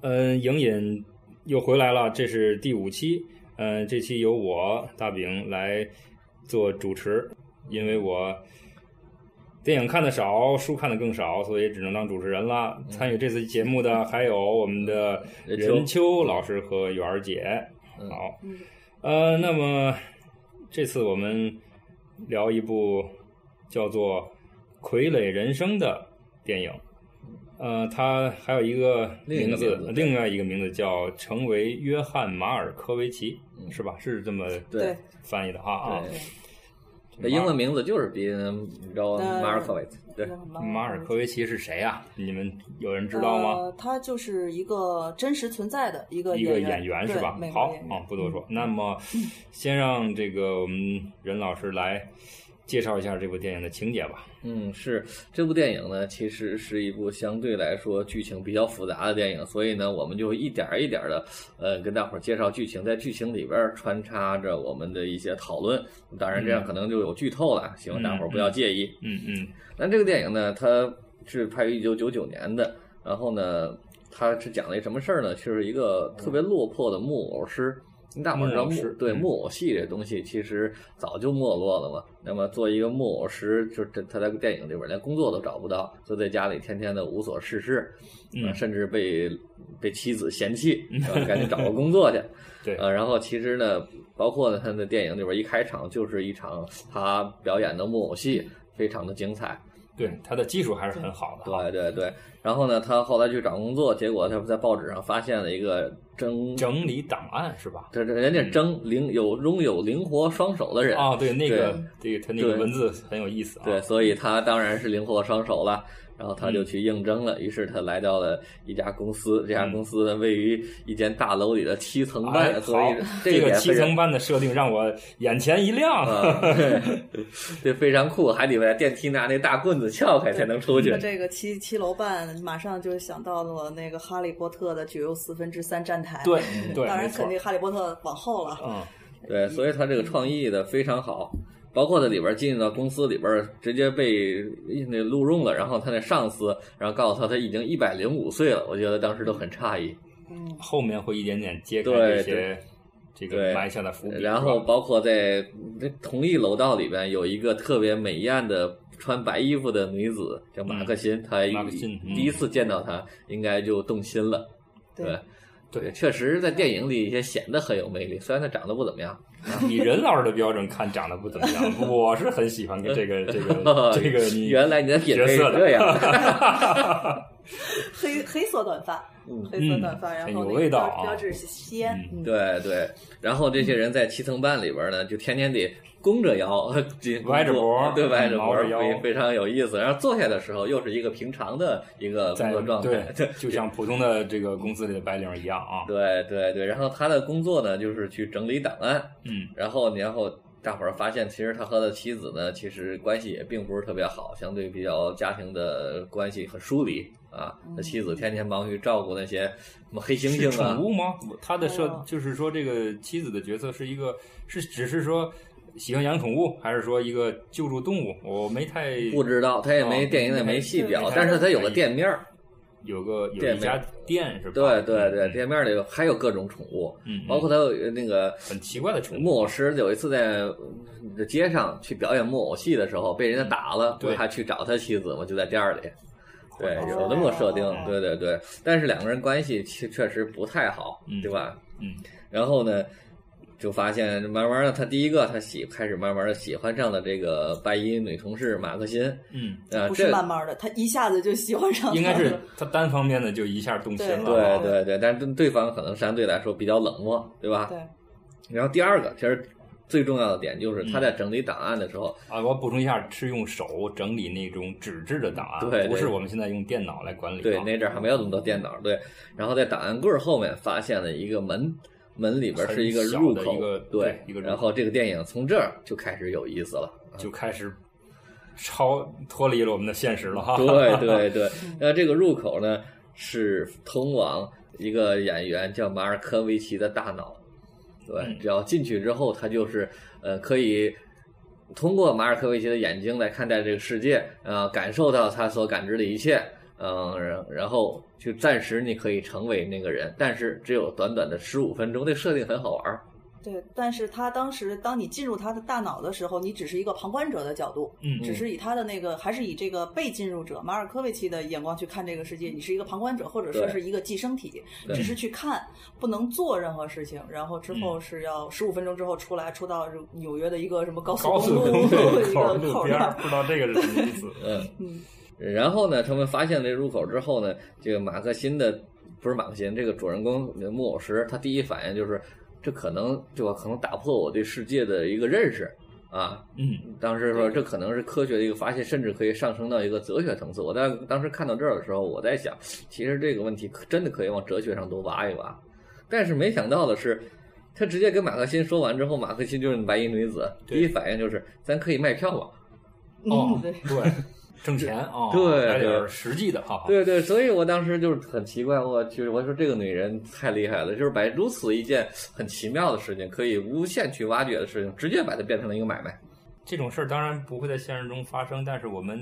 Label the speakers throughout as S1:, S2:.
S1: 嗯，影隐又回来了，这是第五期。嗯，这期由我大饼来做主持，因为我电影看的少，书看的更少，所以只能当主持人啦。参与这次节目的还有我们的嗯任秋老师和媛儿姐。
S2: 嗯
S1: 好，
S3: 嗯
S1: 呃，那么这次我们聊一部叫做《傀儡人生》的电影。呃，它还有一个
S2: 另一个
S1: 名字
S2: 名，字
S1: 另外一个名字叫《成为约翰·马尔科维奇》，
S2: 嗯
S1: 是吧？是这么
S2: 对
S3: 对
S1: 翻译的哈啊。
S3: 哎
S2: 对
S1: 马
S2: 这英文名字就是比你知道
S3: 呃
S2: 马尔科维茨，对，
S1: 马尔科维奇是谁啊？你们有人知道吗？
S3: 呃？他就是一个真实存在的一个
S1: 一个
S3: 呃演
S1: 演员是吧
S3: 对美？国
S1: 好
S3: 演员嗯
S1: 啊，不多说。那么，先让这个我们任老师来介绍一下这部电影的情节吧。
S2: 嗯，是这部电影呢，其实是一部相对来说剧情比较复杂的电影，所以呢，我们就一点儿一点的，呃，跟大伙儿介绍剧情，在剧情里边儿穿插着我们的一些讨论。当然，这样可能就有剧透了，希望大伙儿不要介意。
S1: 嗯嗯
S2: 但这个电影呢，它是拍于一九九九年的，然后呢，它是讲了一什么事儿呢？就是一个特别落魄的木偶师。大伙儿知道
S1: 木偶
S2: 木
S1: 师
S2: 对
S1: 嗯
S2: 木偶戏这东西其实早就没落了嘛。那么做一个木偶师，就是他他在电影里边连工作都找不到，就在家里天天的无所事事，
S1: 嗯
S2: 呃甚至被被妻子嫌弃，是吧赶紧找个工作去。
S1: 对
S2: 呃，然后其实呢，包括呢他的电影里边一开场就是一场他表演的木偶戏，非常的精彩。
S1: 对，他的技术还是很好的。
S2: 对对对，然后呢，他后来去找工作，结果他在报纸上发现了一个争，
S1: 整理档案是吧？
S2: 这这人
S1: 嗯
S2: 家争灵有拥有灵活双手的人，
S1: 啊，对，那个这个他那个文字很有意思啊。
S2: 对，所以他当然是灵活双手了。然后他
S1: 嗯
S2: 就去应征了，于是他来到了一家公司，这家公司呢位于一间大楼里的七层半，
S1: 嗯哎，
S2: 所
S1: 好
S2: 以，
S1: 这
S2: 个
S1: 个
S2: 点
S1: 七
S2: 非常
S1: 层半的设定让我眼前一亮。
S2: 啊，对 对，非常酷，还得在电梯拿那大棍子撬开才能出去
S3: 那。这个七七楼半，马上就想到了那个《哈利波特》的九又四分之三站台。
S1: 对对，
S3: 当
S1: 没
S3: 然
S1: 错
S3: 肯。定《哈利波特》往后了。
S1: 嗯，
S2: 对，所以他这个创意的非常好，包括他里边进到公司里边，直接被那录用了，然后他那上司，然后告诉他他已经一百零五岁了，我觉得当时都很诧异。
S3: 嗯，
S1: 后面会一点点揭开
S2: 对
S1: 这些这个
S2: 对
S1: 埋下的伏笔。
S2: 然后
S1: 是吧
S2: 包括在那同一楼道里边有一个特别美艳的穿白衣服的女子叫马克辛，她
S1: 嗯马克辛嗯
S2: 第一次见到她，应该就动心了。对
S3: 对，
S2: 对，确实在电影里也显得很有魅力，虽然她长得不怎么样。
S1: 以任老师的标准看，长得不怎么样，我是很喜欢这 个这个这个女
S2: 原来你的品味是这样 的。
S3: 黑黑色短发，
S2: 嗯
S3: 黑色短发，然后
S1: 很有
S3: 那个
S1: 味道
S3: 标
S1: 啊
S3: 标志是吸烟。嗯
S2: 对对，然后这些人在七层半里边呢，就天天得弓着腰， 紧
S1: 歪着脖嗯
S2: 对，歪着脖，
S1: 挠着腰
S2: 非非常有意思。然后坐下的时候，又是一个平常的一个工
S1: 在
S2: 作状态，
S1: 对，就像普通的这个公司里的白领一样啊。
S2: 对对对。然后他的工作呢，就是去整理档案，
S1: 嗯
S2: 然后然后大伙儿发现，其实他和他妻子呢，其实关系也并不是特别好，相对比较家庭的关系很疏离啊。他妻子天天忙于照顾那些什么黑猩
S1: 是
S2: 猩啊
S1: 宠，物吗？他的设
S3: 没有
S1: 就是说，这个妻子的角色是一个是只是说喜欢养宠物，还是说一个救助动物？我没太
S2: 不知道他也没
S1: 哦
S2: 电影里没细
S3: 对
S2: 表
S1: 对，
S2: 但是他有
S1: 可
S2: 个
S1: 以
S2: 店面儿。
S1: 有个有
S2: 店
S1: 一家店是吧？
S2: 对对对，
S1: 嗯
S2: 店面里有还有各种宠物，
S1: 嗯，
S2: 包括他有那个
S1: 很奇怪的宠物。
S2: 木偶师有一次在呃街上去表演木偶戏的时候被人家打了，
S1: 嗯对
S2: 不是还去找他妻子吗？就在店儿里。对，
S3: 哦
S2: 有那么设定，
S1: 啊
S3: 哦
S2: 对对对，但是两个人关系确确实不太好，
S1: 嗯
S2: 对吧？
S1: 嗯，
S2: 然后呢，就发现慢慢的，他第一个他喜开始慢慢的喜欢上了这个白衣女同事马克辛，
S1: 嗯，
S2: 啊、
S3: 不
S2: 这
S3: 是慢慢的，他一下子就喜欢上 他了。
S1: 应该是他单方面的就一下动心了。
S2: 对对对，但是对对方可能相对来说比较冷漠，对吧？
S3: 对，
S2: 然后第二个，其实最重要的点就是
S1: 嗯
S2: 他在整理档案的时候，
S1: 啊，我补充一下，是用手整理那种纸质的档案，
S2: 对对
S1: 不是我们现在用电脑来管理、啊。
S2: 对那阵儿还没有那么多电脑，对，然后在档案柜儿后面发现了一个门。门里边是一个
S1: 很小的
S2: 入口，
S1: 一个
S2: 对
S1: 对，一个入口
S2: 然后这个电影从这儿就开始有意思了。
S1: 就开始超脱离了我们的现实了哈。
S2: 对对对，那这个入口呢是通往一个演员叫马尔科维奇的大脑。对，
S1: 嗯
S2: 只要进去之后，他就是呃可以通过马尔科维奇的眼睛来看待这个世界，呃，感受到他所感知的一切。嗯，然然后就暂时你可以成为那个人，但是只有短短的十五分钟，这设定很好玩儿。
S3: 对，但是他当时当你进入他的大脑的时候，你只是一个旁观者的角度，
S1: 嗯
S3: 只是以他的那个，还是以这个被进入者马尔科维奇的眼光去看这个世界，你是一个旁观者，或者说
S2: 对
S3: 是一个寄生体，
S2: 对
S3: 只是去看，不能做任何事情。然后之
S1: 嗯
S3: 后是要十五分钟之后出来，出到纽约的一个什么高速
S1: 高
S3: 公
S1: 速
S3: 路
S1: 公
S3: 一
S1: 口
S3: 个
S1: 路
S3: 口
S1: 边儿
S3: 那，
S1: 不知道这个是什么意 思。
S2: 嗯，
S3: 嗯，
S2: 然后呢，他们发现这入口之后呢，这个马克辛的不是马克辛，这个主人公呃木偶师，他第一反应就是，这可能对吧？可能打破我对世界的一个认识啊。
S1: 嗯，
S2: 当时说这可能是科学的一个发现，甚至可以上升到一个哲学层次。我在当时看到这儿的时候，我在想，其实这个问题可真的可以往哲学上多挖一挖。但是没想到的是，他直接跟马克辛说完之后，马克辛就是白衣女子，第
S1: 对
S2: 一反应就是咱可以卖票吗？
S1: 哦
S3: 嗯，对，
S1: 对， 挣钱啊，
S2: 对
S1: 来点
S2: 对
S1: 儿实际的哈。
S2: 对对，所以我当时就是很奇怪，我去，我说这个女人太厉害了，就是把如此一件很奇妙的事情，可以无限去挖掘的事情，直接把它变成了一个买卖。
S1: 这种事儿当然不会在现实中发生，但是我们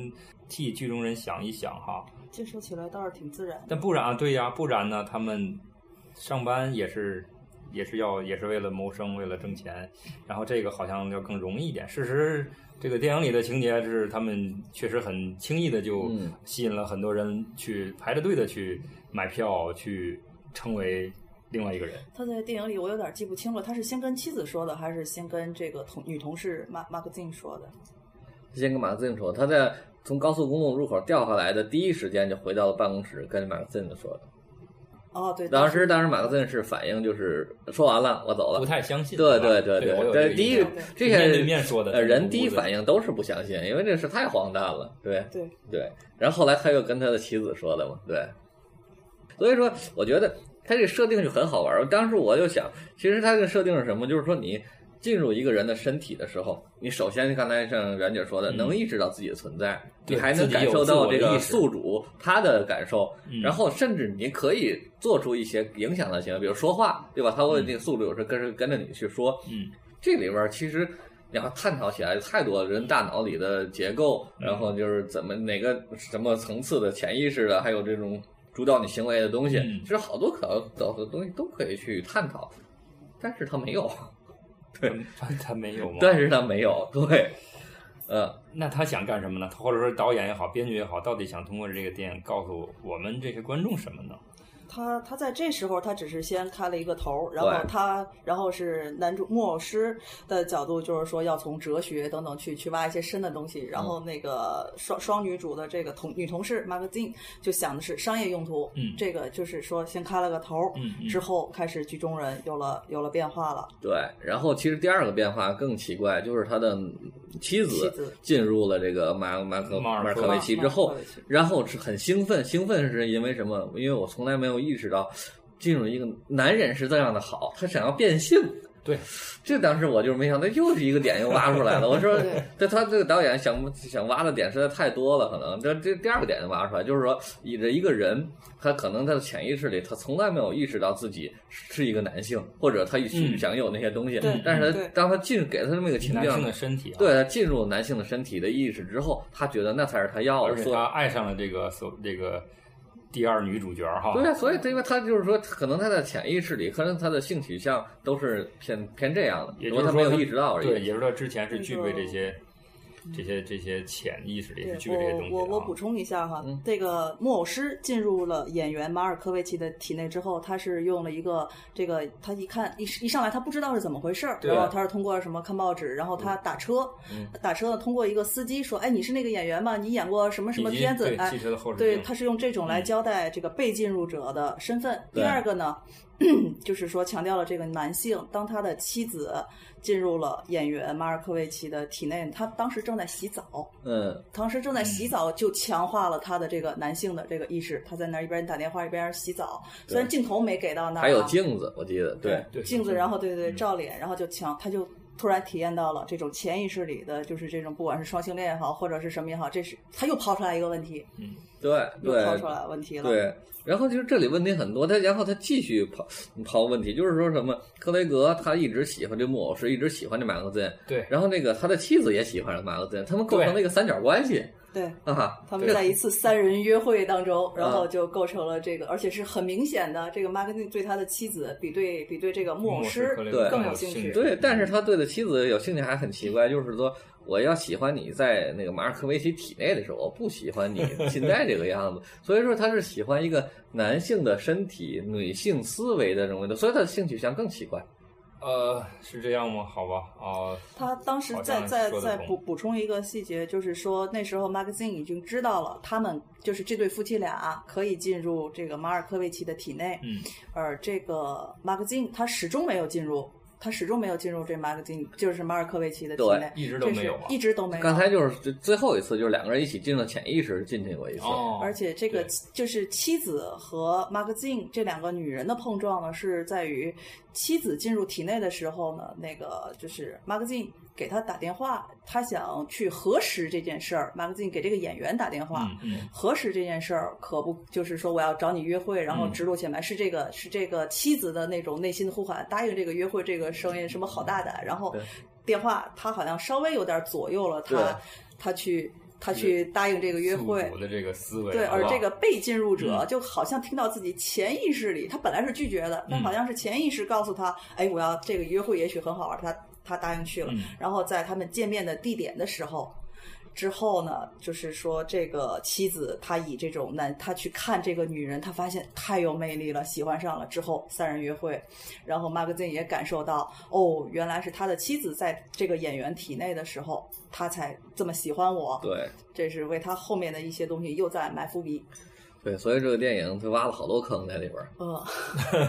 S1: 替剧中人想一想哈。
S3: 接受起来倒是挺自然的。
S1: 但不然啊，对呀、不然呢，他们上班也是也是要也是为了谋生，为了挣钱，然后这个好像要更容易一点。事实，这个电影里的情节是他们确实很轻易的就
S2: 嗯
S1: 吸引了很多人去排着队的去买票，去成为另外一个人。
S3: 他在电影里我有点记不清了，他是先跟妻子说的，还是先跟这个同女同事马马克金说的？
S2: 先跟马克思说，他在从高速公路入口掉下来的第一时间就回到了办公室，跟马克思说的。
S3: 哦，对，
S2: 当时，当时马克思是反应就是说完了，我走
S1: 不
S2: 了。
S1: 太相信，
S2: 对
S1: 是吧
S2: 对
S1: 对我有
S2: 对，
S1: 这个
S2: 第一
S1: 印象
S2: 这
S3: 对
S1: 面对
S2: 些
S1: 面说的，
S2: 呃人第一反
S1: 应
S2: 应都是不相信，因为这事太荒诞了，对。
S3: 对，
S2: 对，然后后来他又跟他的妻子说的嘛，对。所以说，我觉得他这设定就很好玩儿。当时我就想，其实他这个设定是什么？就是说你进入一个人的身体的时候，你首先刚才像袁姐说的，
S1: 嗯
S2: 能意识到自己的存在，你
S1: 对
S2: 还
S1: 自
S2: 能
S1: 己
S2: 感
S1: 有
S2: 受
S1: 自
S2: 到
S1: 我
S2: 这
S1: 的
S2: 个
S1: 意识
S2: 宿主他的感受，
S1: 嗯
S2: 然后甚至你可以做出一些影响的行为，比如说话，对吧？他会
S1: 嗯
S2: 那个宿主有时候跟着跟着你去说，
S1: 嗯，
S2: 这里边儿其实你要探讨起来，太多人大脑里的结构，然后就是怎么哪个什么层次的潜意识的，还有这种主导你行为的东西，
S1: 嗯
S2: 其实好多可找的东西都可以去探讨，但是他没有，
S1: 他他没有吗？
S2: 但是他没有，对，嗯。
S1: 那他想干什么呢？他或者说导演也好，编剧也好，到底想通过这个电影告诉我们这些观众什么呢？
S3: 他他在这时候，他只是先开了一个头，然后
S2: 对
S3: 他，然后是男主木偶师的角度，就是说要从哲学等等去去挖一些深的东西。然
S1: 嗯
S3: 后那个双双女主的这个同女同事 m a g a z i n 就想的是商业用途，
S1: 嗯
S3: 这个就是说先开了个头，
S1: 嗯嗯
S3: 之后开始剧中人有了有了变化了，
S2: 对，然后其实第二个变化更奇怪，就是他的妻
S3: 妻
S2: 子
S3: 子
S2: 进入了这个马马可
S1: 马尔
S2: 马
S1: 科
S2: 可维
S1: 维
S2: 奇
S3: 马
S2: 之
S3: 马
S2: 后
S3: 可维奇，
S2: 然后是很兴奋，兴奋是因为什么？因为我从来没有意识到，进入一个男人是这样的好，他想要变性。
S1: 对，
S2: 这当时我就是没想到，又是一个点又挖出来了。我说
S3: 对，
S2: 这他这个导演想想挖的点实在太多了，可能这这第二个点就挖出来，就是说，以着一个人，他可能他的潜意识里，他从来没有意识到自己是一个男性，或者他去
S1: 嗯
S2: 享有那些东西，
S3: 对
S2: 但是他
S3: 对
S2: 当他进入给他这么一个情
S1: 男性
S2: 境
S1: 的，身体、啊，
S2: 对他进入男性的身体的意识之后，他觉得那才是他要
S1: 而
S2: 的，
S1: 且
S2: 所以
S1: 他爱上了这个所这个第二女主角哈。
S2: 对啊，所以他因为他就是说，可能他的潜意识里，可能他的性取向都是偏偏这样的，
S1: 也就
S2: 只不过
S1: 是
S2: 他
S1: 说
S2: 没有意识到而
S1: 对，
S2: 已。
S1: 也就是说之前是具备
S3: 那个嗯
S1: 这些这些这些潜意识里
S3: 对
S1: 是具备这些东西的、啊
S3: 我我我补充一下哈，
S2: 嗯
S3: 这个木偶师进入了演员马尔科维奇的体内之后，他是用了一个这个，他一看一一上来他不知道是怎么回事儿，
S2: 对
S3: 然后他是通过什么看报纸，然后他打车，
S2: 嗯
S3: 打车呢通过一个司机说，哎，你是那个演员吗？你演过什么什么
S1: 以及
S3: 片子？
S1: 对
S3: 哎
S1: 汽，车的后视
S3: 对，
S1: 镜
S3: 他是用这种来交代这个被进入者的身份。
S2: 对
S3: 第二个呢， 就是说强调了这个男性，当他的妻子进入了演员马尔科维奇的体内，他当时正在洗澡，
S2: 嗯
S3: 当时正在洗澡，就强化了他的这个男性的这个意识。他在那儿一边打电话一边洗澡，
S2: 对
S3: 虽然镜头没给到那儿啊，
S2: 还有镜子，我记得对，
S1: 对
S3: 镜子，然后对对对
S1: 嗯
S3: 照脸，然后就强，他就突然体验到了这种潜意识里的，就是这种不管是双性恋也好，或者是什么也好，这是他又抛出来一个问题，
S2: 对
S3: 又
S2: 对
S3: 抛出来问题了。
S2: 对，然后就是这里问题很多，他然后他继续抛抛问题，就是说什么克雷格他一直喜欢这木偶师，一直喜欢这马格森，
S1: 对
S2: 然后那个他的妻子也喜欢马格森，他们构成了一个三角关系
S3: 对，
S2: 啊。
S3: 他们
S2: 这
S3: 在一次三人约会当中，然
S2: 嗯
S3: 后就构成了这个，而且是很明显的，这个马格尼对他的妻子比对比对这个木偶师
S1: 对
S3: 更有兴
S1: 兴
S3: 趣。
S2: 对，但是他对的妻子有兴趣还很奇怪，就是说我要喜欢你在那个马尔科维奇体内的时候，我不喜欢你现在这个样子。 所以说他是喜欢一个男性的身体、女性思维的这种味道，所以他的性取向更奇怪。
S1: 呃，是这样吗？好吧，啊、
S3: 他当时
S1: 好
S3: 再
S1: 像
S3: 再
S1: 说得
S3: 再
S1: 通
S3: 补补充一个细节，就是说那时候 Magazine 已经知道了，他们就是这对夫妻俩可以进入这个马尔科维奇的体内，
S1: 嗯，
S3: 而这个 Magazine 他始终没有进入，他始终没有进入这 Magazine，就是马尔科维奇的体
S2: 对
S3: 内，
S1: 一直都没有啊
S3: 这是一直都没有。
S2: 刚才就是最最后一次，就是两个人一起进入潜意识进去过一次。
S1: 哦，
S3: 而且这个
S1: 对
S3: 妻就是妻子和 Magazine 这两个女人的碰撞呢，是在于妻子进入体内的时候呢，那个就是 Magazine 给她打电话，她想去核实这件事儿，Magazine 给这个演员打电话。
S1: 嗯嗯，
S3: 核实这件事儿可不就是说我要找你约会，然后
S1: 嗯
S3: 直入前排、是这个是这个妻子的那种内心的呼喊，答应这个约会这个声音什么好大胆，然后
S2: 对
S3: 电话他好像稍微有点左右了
S2: 对
S3: 他，他去他去答应这个约会
S1: 宿，主的这个思维，
S3: 对，
S1: 好
S3: 而
S1: 吧
S3: 这个被进入者
S1: 嗯
S3: 就好像听到自己潜意识里，他本来是拒绝的，但
S1: 嗯
S3: 好像是潜意识告诉他，哎，我要这个约会也许很好玩，他他答应去了。
S1: 嗯
S3: 然后在他们见面的地点的时候。之后呢，就是说这个妻子，她以这种男，她去看这个女人，她发现太有魅力了，喜欢上了。之后三人约会，然后 Magazine 也感受到，哦，原来是他的妻子在这个演员体内的时候，他才这么喜欢
S1: 啊
S3: 我。
S2: 对
S3: 这是为他后面的一些东西又在埋伏笔。
S2: 对，所以这个电影他挖了好多坑在里边儿，
S1: 嗯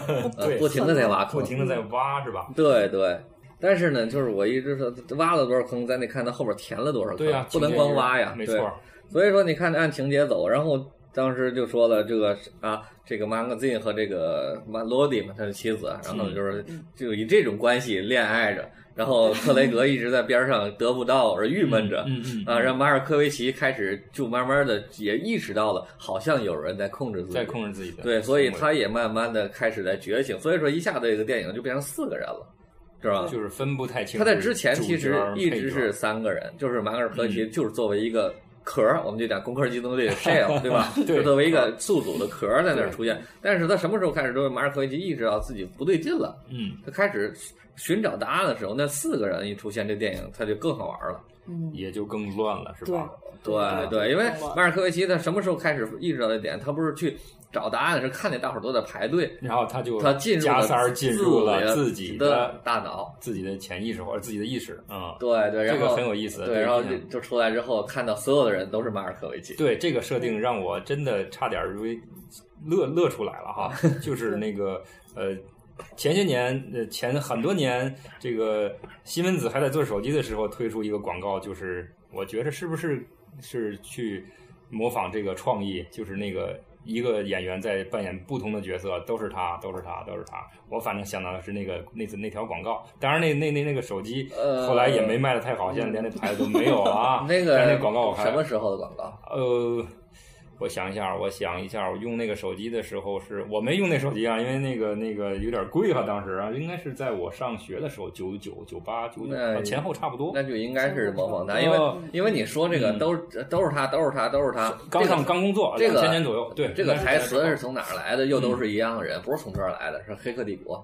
S3: 呃，
S2: 呃
S1: 对
S2: 不停的在挖
S1: 不
S2: 坑。
S1: 停的在挖是吧？
S2: 对对。但是呢，就是我一直说挖了多少坑，咱得看他后边填了多少坑，
S1: 对呀、啊
S2: 不能
S1: 情节
S2: 光
S1: 是
S2: 挖呀。
S1: 没
S2: 对
S1: 错儿，
S2: 所以说你看按情节走，然后当时就说了这个啊，这个 Magazine 和这个 Melody 嘛，他的妻子，啊然
S1: 嗯
S2: 后就是就以这种关系恋爱着，然后克雷格一直在边上得不到而郁闷着。
S1: 嗯嗯，
S2: 啊，让马尔科维奇开始就慢慢的也意识到了，好像有人在控制自己，
S1: 在控制自己的
S2: 对，所以
S1: 行为
S2: 他也慢慢的开始在觉醒。所以说，一下子这个电影就变成四个人了，是吧？
S1: 就是分不太清。
S2: 他在之前
S1: 主
S2: 其实
S1: 角
S2: 一
S1: 配
S2: 直
S1: 角嗯
S2: 是三个人，就是马尔科维奇就是作为一个壳儿，我们就讲工科机动队 shell 对吧？
S1: 对嗯
S2: 就作为一个宿主的壳儿在那儿
S1: 对
S2: 出现。但是他什么时候开始，就是马尔科维奇意识到自己不对劲了，
S1: 嗯，
S2: 他开始寻找答案的时候，那四个人一出现，这电影他就更好玩了。
S3: 嗯，
S1: 也就更乱了是吧？
S2: 对对，因为马尔科维奇他什么时候开始意识到这点？他不是去找答案的时候，看见大伙儿都在排队，
S1: 然后他就
S2: 他进入
S1: 加
S2: 了
S1: 塞儿进入了自己
S2: 的
S1: 的
S2: 大脑。
S1: 自己的潜意识或者自己的意识啊。嗯
S2: 对对，然
S1: 这
S2: 后
S1: 个很有意思，
S2: 对，然后就
S1: 嗯
S2: 就出来之后，看到所有的人都是马尔科维奇。
S1: 对这个设
S2: 嗯
S1: 定让我真的差点儿以为乐乐出来了 哈，就是那个呃。前些年，呃，前很多年，这个西门子还在做手机的时候，推出一个广告，就是我觉着是不是是去模仿这个创意，就是那个一个演员在扮演不同的角色，都是他，都是他，都是他。我反正想到的是那个那次那条广告，当然那那那那个手机
S2: 呃
S1: 后来也没卖的太好，现在连那牌子都没有啊
S2: 。那个
S1: 但那广告我还
S2: 什么时候的广告？
S1: 呃，我想一下，我想一下，我用那个手机的时候是我没用那手机啊，因为那个那个有点贵哈、当时啊，应该是在我上学的时候，九九九八九
S2: 那
S1: 九前后差不多
S2: 那。就应该是模仿他，
S1: 嗯
S2: 因为因为你说这个都是都是他，都是他，都是他。
S1: 刚
S2: 这个
S1: 上刚工作，
S2: 这个
S1: 两千年左右，嗯对
S2: 这个
S1: 应
S2: 台
S1: 该是
S2: 词是从哪儿来的？又都是一样的人，不是从这儿来的，是《黑客帝国
S1: 《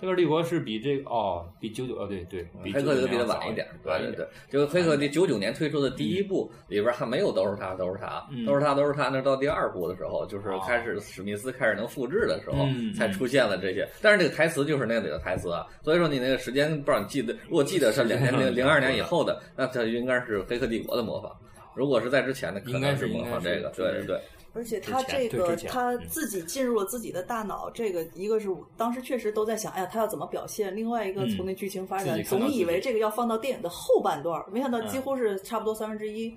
S1: 黑客帝国》是比这个哦，比九九哦，对对，》。比
S2: 《黑客帝国》比
S1: 它
S2: 他晚一点，
S1: 晚一
S2: 对
S1: 点。嗯
S2: 对。就是《黑客帝》九九年推出的第一部里边还没有都是他，都是他，
S1: 嗯
S2: 都是他，都是他。那到第二部的时候，就是
S1: 哦
S2: 开始史密斯开始能复制的时候
S1: 嗯，
S2: 才出现了这些。但是这个台词就是那个里的台词啊，所以说你那个时间不知道你记得，如果记得是两千零零二年以后的，那它应该是《黑客帝国》的模仿。如果是在之前的，可
S1: 应该
S2: 能
S1: 是
S2: 模仿这个。
S1: 应该
S2: 对
S1: 是
S2: 对对，
S3: 而且他这
S4: 对
S3: 个
S4: 之前
S3: 他
S1: 嗯
S3: 自己进入了自己的大脑，这个一个是我当时确实都在想，哎呀，他要怎么表现？另外一个
S1: 嗯
S3: 从那剧情发
S4: 自
S3: 展，
S4: 己看到
S3: 总
S4: 自己
S3: 以为这个要放到电影的后半段儿，没想到几
S1: 嗯
S3: 乎是差不多三分之一。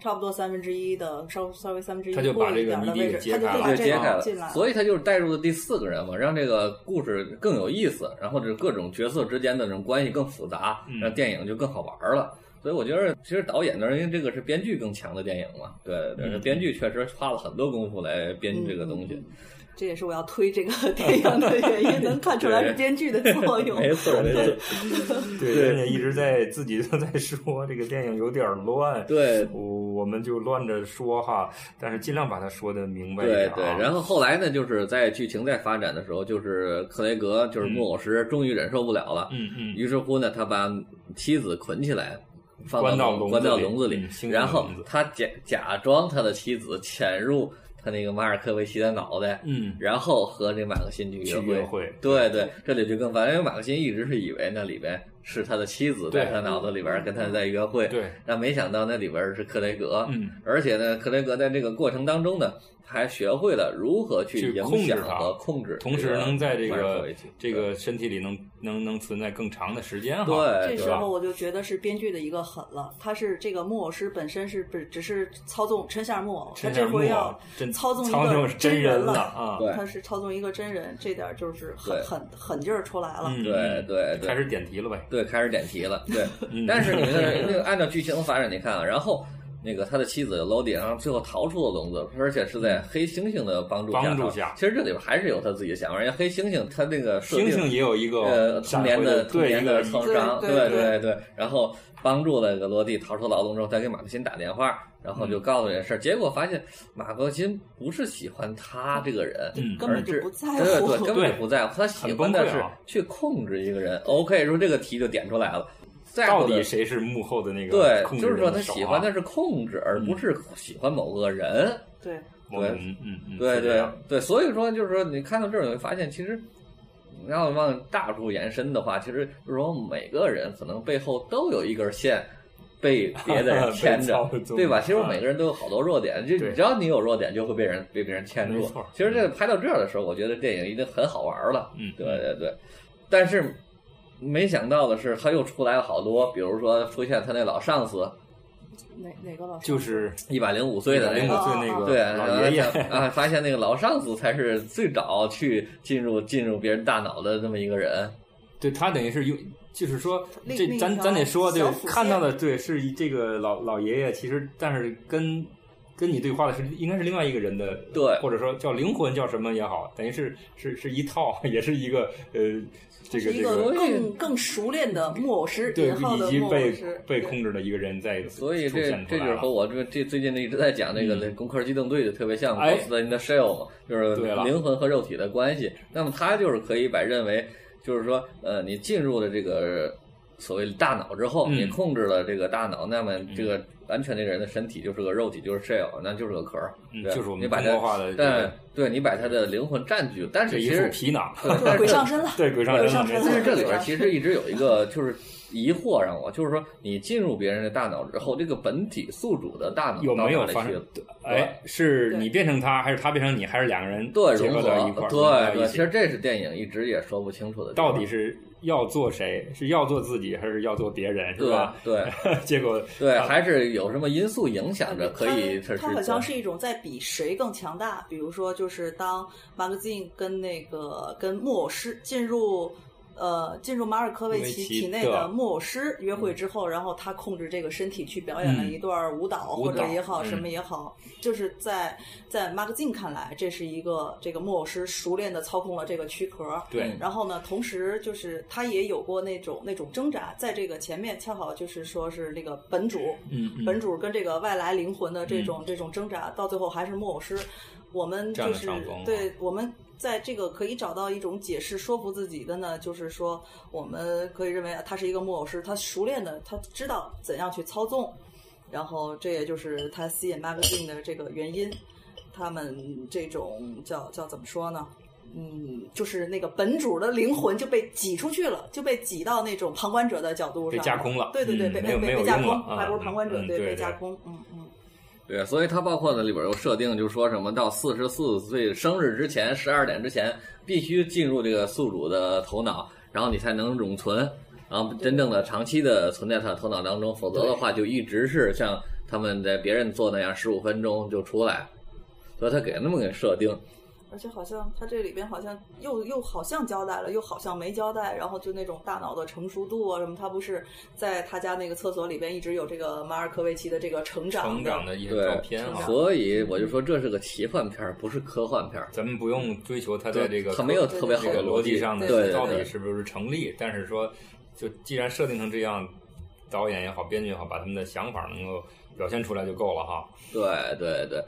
S3: 差不多三分之一的稍稍微三分之一
S1: 他就把
S3: 过了
S1: 这
S3: 一
S1: 个
S3: 点儿的
S1: 谜底给
S3: 位置，
S1: 揭
S3: 他就
S1: 开了
S3: 可以把
S2: 就
S3: 这
S2: 揭开
S3: 个
S2: 了
S3: 进来，，
S2: 所以他就是带入了第四个人嘛，让这个故事更有意思，然后这各种角色之间的这种关系更复杂
S1: 嗯，
S2: 让电影就更好玩了。所以我觉得，其实导演那儿因为这个是编剧更强的电影嘛，对，对
S1: 嗯
S2: 编剧确实花了很多功夫来编这个东西，
S3: 嗯这也是我要推这个电影的原 因，能看出来是编剧的作用。
S2: 没错，没错，
S4: 对，人家一直在自己都在说这个电影有点乱，
S2: 对，
S4: 我我们就乱着说哈，但是尽量把它说的明白一
S2: 对
S4: 点、啊。
S2: 对，然后后来呢，就是在剧情在发展的时候，就是克雷格就是木偶师终于忍受不了了，
S1: 嗯嗯，
S2: 于是乎呢，他把妻子捆起来，放
S4: 关到
S2: 到
S4: 笼
S2: 关
S4: 子
S2: 到
S4: 里
S2: 笼子里
S1: 嗯，星空
S2: 然后
S1: 笼子
S2: 他假假装他的妻子潜入他那个马尔科维奇的脑袋，
S1: 嗯
S2: 然后和这马克辛去
S4: 去
S2: 约
S4: 约
S2: 会。
S4: 会，
S2: 对对，这里就更烦，因为马克辛一直是以为那里边是他的妻子在
S1: 对
S2: 他脑子里边跟他在约会，
S4: 对，
S2: 但没想到那里边是克雷格，
S1: 嗯
S2: 而且呢，克雷格在这个过程当中呢，他还学会了如何去
S1: 去
S2: 影
S1: 控制
S2: 响
S1: 它
S2: 和控制这个马
S1: 同
S2: 尔科维奇，
S1: 时能在这个这
S2: 对
S1: 个身体里能能能存在更长的时间哈。
S2: 对
S3: 这
S2: 对
S3: 时
S2: 吧？
S3: 候我就觉得是编剧的一个狠了，他是这个木偶师本身是不只是操纵抻下木偶，他
S1: 陈
S3: 这
S1: 小木
S3: 回要
S1: 啊真
S3: 操纵一
S1: 操
S3: 个
S1: 纵真
S3: 人
S1: 了啊，
S2: 对
S3: 他是操纵一个真人，这点儿就是狠
S2: 对
S3: 狠狠劲儿出来了。
S1: 嗯
S2: 对对
S1: 开
S2: 对
S1: 始点题了呗。
S2: 对，开始点题了。 对，
S1: 嗯
S2: 但是你们那个按照剧情发展，你看啊，然后那个他的妻子 Lodi，然后最后逃出了笼子，而且是在黑猩猩的帮助下。
S1: 嗯帮助下
S2: 其实这里边还是有他自己的想法，因为黑猩猩他那个设
S1: 星
S2: 定
S1: 星也有一
S2: 呃
S1: 个
S2: 童
S1: 闪
S2: 年
S1: 回的
S2: 童
S1: 对
S2: 年
S1: 一
S2: 的
S1: 个
S2: 创伤，
S3: 对
S2: 对
S3: 对
S2: 对然后帮助了个罗蒂逃出牢笼之后，再给马克辛打电话，然后
S1: 嗯
S2: 就告诉这件事儿，结果发现马克辛不是喜欢他这个人，
S1: 嗯
S3: 根
S2: 而
S3: 本就是不在
S2: 对
S3: 乎
S2: 对，根本
S1: 对
S2: 就不在乎，他喜
S1: 很
S2: 欢
S1: 崩
S2: 的
S1: 溃
S2: 是
S1: 啊
S2: 去控制一个人。OK，说这个题就点出来了，在乎
S1: 到
S2: 的
S1: 底谁是幕后的那个
S2: 对
S1: 控，制
S2: 就是
S1: 人
S2: 说
S1: 的
S2: 他
S1: 手啊嗯
S2: 喜欢的是控制，而不是喜欢某个人。
S3: 对，
S1: 某
S2: 对
S1: 种嗯嗯，是
S2: 对
S1: 这
S2: 对
S1: 样
S2: 对，所以说就是说，你看到这儿，你会发现其实，嗯你要往大处延伸的话，其实就是说每个人可能背后都有一根线被别的人
S1: 被
S2: 牵着
S1: 操，纵
S2: 对吧？其实
S1: 啊
S2: 每个人都有好多弱点，就
S1: 对
S2: 只要你有弱点，就会被人被别人牵
S1: 没
S2: 住
S1: 错。
S2: 其实这个拍到这儿的时候，我觉得电影已经很好玩了。
S1: 嗯
S2: 对对对，但是没想到的是，他又出来了好多，比如说出现他那老上司，
S3: 哪哪个老师？
S1: 就是
S2: 一百零五岁的那
S1: 零
S2: 个
S1: 五岁那个
S2: 对，
S1: 老爷爷
S2: 然后才啊，发现那个老上司才是最早去进入进入别人大脑的那么一个人。
S1: 对他等于是用，就是说
S3: 另
S1: 这
S3: 另一
S1: 咱
S3: 条
S1: 咱得说，对
S3: 小辅，
S1: 看到
S3: 线
S1: 的对是一这个老老爷爷，其实但是跟跟你对话的是应该是另外一个人的，
S2: 对
S1: 或者说叫灵魂叫什么也好，等于是是是一套，也是一个呃这
S3: 是
S1: 个这
S3: 一个
S1: 个
S3: 更更熟练的木偶师，
S1: 对
S3: 引号的
S1: 已经
S3: 木偶
S1: 被
S3: 师，
S1: 被
S3: 对
S1: 控制的一个人在出
S2: 所以这
S1: 现出
S2: 这就
S1: 来
S2: 是和
S1: 了。
S2: 我这这最近一直在讲那个
S1: 嗯
S2: 工科机动队就特别像
S1: 哎
S2: Ghost in the Shell 嘛，就是
S1: 对了
S2: 灵魂和肉体的关系。那么他就是可以把认为，就是说，呃，你进入了这个所谓大脑之后，
S1: 嗯
S2: 你控制了这个大脑，那么这个完全这个人的身体就是个肉体，就是 shell，那就是个壳儿，
S1: 嗯
S2: 对
S1: 就是我
S2: 你
S1: 们
S2: 把
S1: 中
S2: 它
S1: 国化的这
S2: 但
S1: 个
S2: 对你把他的灵魂占据，但
S1: 这
S2: 是
S1: 一
S2: 其
S1: 副
S2: 实
S1: 皮囊，
S2: 对，但
S3: 鬼
S2: 是
S3: 上身了。
S1: 对鬼上
S3: 鬼
S1: 身了，
S3: 上
S1: 没
S3: 身
S1: 错
S2: 但
S3: 了
S2: 是这里边其实一直有一个就是疑惑让我，就是说你进入别人的大脑之后，这个本体宿主的大脑
S1: 有没有
S2: 到哪
S1: 发
S2: 里去
S1: 生
S2: 了？？
S1: 哎，是
S3: 对
S1: 你变成他，还是他变成你，还是两个人
S2: 对，
S1: 结
S2: 融
S1: 合
S2: 合
S1: 到一块儿？融合
S2: 对
S1: 到一
S2: 对，
S1: 起
S2: 其实这是电影一直也说不清楚的地方，
S1: 到底是要做谁？是要做自己，还是要做别人？是
S2: 对
S1: 吧？
S2: 对
S1: 结果
S2: 对，还是有什么因素影响着可以
S3: 他
S2: 是
S3: 他好像是一种在比谁更强大。比如说，就是当 Magazine 跟那个跟木偶师进入。呃，进入马尔科维
S1: 维
S3: 奇
S1: 奇
S3: 体内
S1: 对
S3: 的木偶师约会之后，然后他控制这个身体去表演了
S1: 嗯
S3: 一段舞蹈，
S1: 舞
S3: 或者
S1: 蹈
S3: 也
S1: 嗯
S3: 好，什么也好，就是在在 Magazine 看来，这是一个这个木偶师熟练的操控了这个躯壳，
S1: 对
S3: 然后呢，同时就是他也有过那种那种挣扎，在这个前面恰好就是说是那个本主，
S1: 嗯嗯
S3: 本主跟这个外来灵魂的这种、这种挣扎，到最后还是木偶师。我们
S1: 占
S3: 就
S1: 了
S3: 是
S1: 上风啊
S3: 对我们在这个可以找到一种解释说服自己的呢，就是说我们可以认为他是一个木偶师，他熟练的，他知道怎样去操纵，然后这也就是他吸引 magazine 的这个原因。他们这种叫叫怎么说呢？嗯，就是那个本主的灵魂就被挤出去了，就被挤到那种旁观者的角度上，
S1: 被架空了
S3: 对对对，
S1: 嗯
S3: 被
S1: 没有
S3: 被
S1: 没有
S3: 被架
S1: 用了
S3: 空，
S1: 啊
S3: 还不是旁观者，
S1: 嗯嗯
S3: 对，
S1: 对
S3: 被
S1: 对
S3: 架空。嗯嗯，
S2: 对，所以它包括呢里边有设定，就说什么到四十四岁生日之前，十二点之前必须进入这个宿主的头脑，然后你才能永存，然后真正的长期的存在他的头脑当中，否则的话就一直是像他们在别人做那样十五分钟就出来，所以他给那么个设定。
S3: 而且好像它这里边好像又又好像交代了，又好像没交代，然后就那种大脑的成熟度啊什么，他不是在他家那个厕所里边一直有这个马尔科维奇的这个成长
S1: 成
S3: 的
S1: 长的一
S2: 对
S1: 个照片啊，
S2: 所以我就说这是个奇幻片儿，不是科幻片儿。
S1: 咱们不用追求它在这个
S2: 它没有特别好
S1: 这
S2: 的
S1: 个逻辑上
S3: 对
S1: 的
S2: 对
S1: 到
S2: 对
S1: 底是不是成立，但是说，就既然设定成这样，导演也好，编剧也好，把他们的想法能够表现出来就够了哈。
S2: 对对对，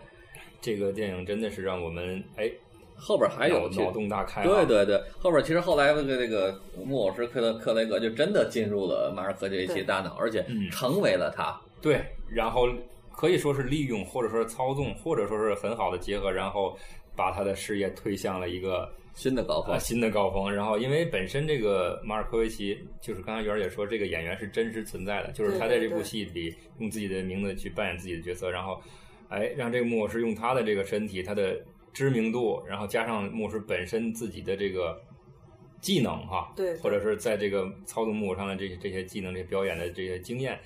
S1: 这个电影真的是让我们哎
S2: 后边还
S1: 脑
S2: 有其
S1: 脑洞大开、啊，
S2: 对对对，后边其实后来那个那个木偶师克雷克雷格就真的进入了马尔科维奇
S3: 对
S2: 大脑，而且
S1: 嗯
S2: 成为了他。
S1: 对，然后可以说是利用，或者说是操纵，或者说是很好的结合，然后把他的事业推向了一个
S2: 新的高峰
S1: 呃，新的高峰。然后，因为本身这个马尔科维奇，就是刚才圆儿也说，这个演员是真实存在的，就是他在这部戏里用自己的名字去扮演自己的角色，然后，哎，让这个木偶师用他的这个身体，他的知名度，然后加上木偶师本身自己的这个。技能哈，
S3: 对对
S1: 或者是在这个操纵木偶上的这些这些技能、这些表演的这些经验，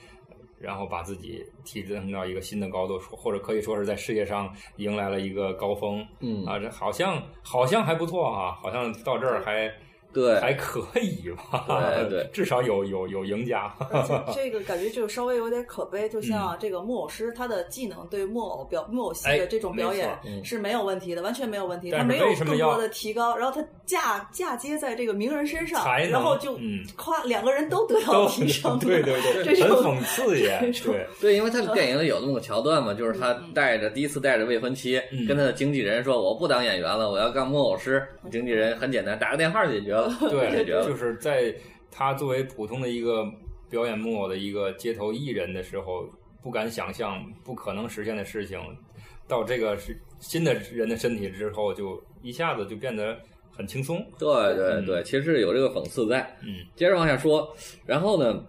S1: 然后把自己提升到一个新的高度，或者可以说是在事业上迎来了一个高峰。
S2: 嗯
S1: 啊，这好像好像还不错啊，好像到这儿还
S2: 对
S1: 还可以吧？
S2: 对对
S1: 至少有有有赢家。
S3: 而 且这个感觉就稍微有点可悲，就
S1: 嗯
S3: 像这个木偶师他的技能对木偶表木偶戏的这种表演
S1: 哎
S2: 没错
S3: 是没有问题的，完全没有问题，
S1: 但
S3: 他
S1: 是
S3: 没有
S1: 为什么
S3: 更
S1: 要
S3: 多的提高，然后他嫁嫁接在这个名人身上
S1: 才，能
S3: 然后就
S1: 嗯，
S3: 夸两个人都得到提升
S1: 对对
S3: 这
S1: 对，
S3: 是
S1: 很讽刺也
S3: 这是
S1: 对，
S2: 对，因为他电影里有那么个桥段嘛，就是他带着第一次带着未婚妻，
S1: 嗯
S2: 跟他的经纪人说：“我不当演员了，我要干木偶师。”经纪人很简单，打个电话解决 了，解
S1: 对，
S2: 决了。
S1: 就是在他作为普通的一个表演木偶的一个街头艺人的时候，不敢想象、不可能实现的事情，到这个是新的人的身体之后，就一下子就变得很轻松。
S2: 对对
S1: 嗯
S2: 对，其实有这个讽刺在。
S1: 嗯，
S2: 接着往下说，然后呢，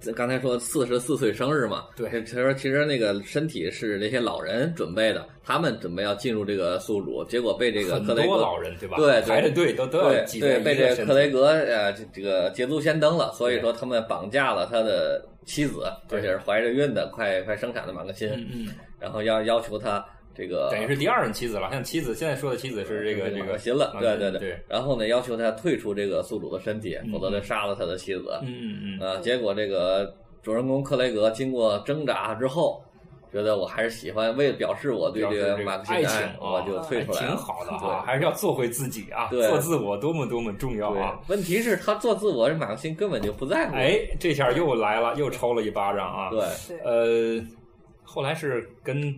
S2: 这刚才说四十四岁生日嘛，
S1: 对
S2: 他说其实那个身体是那些老人准备的，他们准备要进入这个宿主，结果被这个
S1: 很
S2: 克雷
S1: 多
S2: 格
S1: 老人对吧？
S2: 对对
S1: 排着队都都要
S2: 对
S1: 挤在
S2: 对
S1: 一
S2: 被这
S1: 身
S2: 克雷
S1: 体
S2: 格呃这这个捷足先登了，所以说他们绑架了他的妻子，
S1: 对
S2: 而且是怀着孕的，快快生产的马克辛，
S1: 嗯嗯。
S2: 然后要要求他这个
S1: 等于是第二任妻子了，像妻子现在说的妻子是这个这
S2: 马
S1: 个
S2: 克辛了，呃对对
S1: 对，
S2: 然后呢要求他退出这个宿主的身体，
S1: 嗯
S2: 否则就杀了他的妻子。
S1: 嗯嗯嗯，
S2: 啊，结果这个主人公克雷格经过挣扎之后，觉得我还是喜欢，为了表示我对
S1: 表示
S2: 个
S1: 这个
S2: 马克
S1: 爱
S2: 沁的
S1: 情
S2: 爱
S1: 啊，
S2: 我就退出来
S1: 还
S2: 了。
S1: 挺好的
S2: 对
S1: 啊，还是要做回自己啊，
S2: 对
S1: 做自我多么多么重要
S2: 对
S1: 啊！，
S2: 问题是他做自我，这马克沁根本就不在乎。
S1: 哎，这下又来了，又抽了一巴掌啊！
S2: 对，
S3: 对，
S1: 呃，后来是跟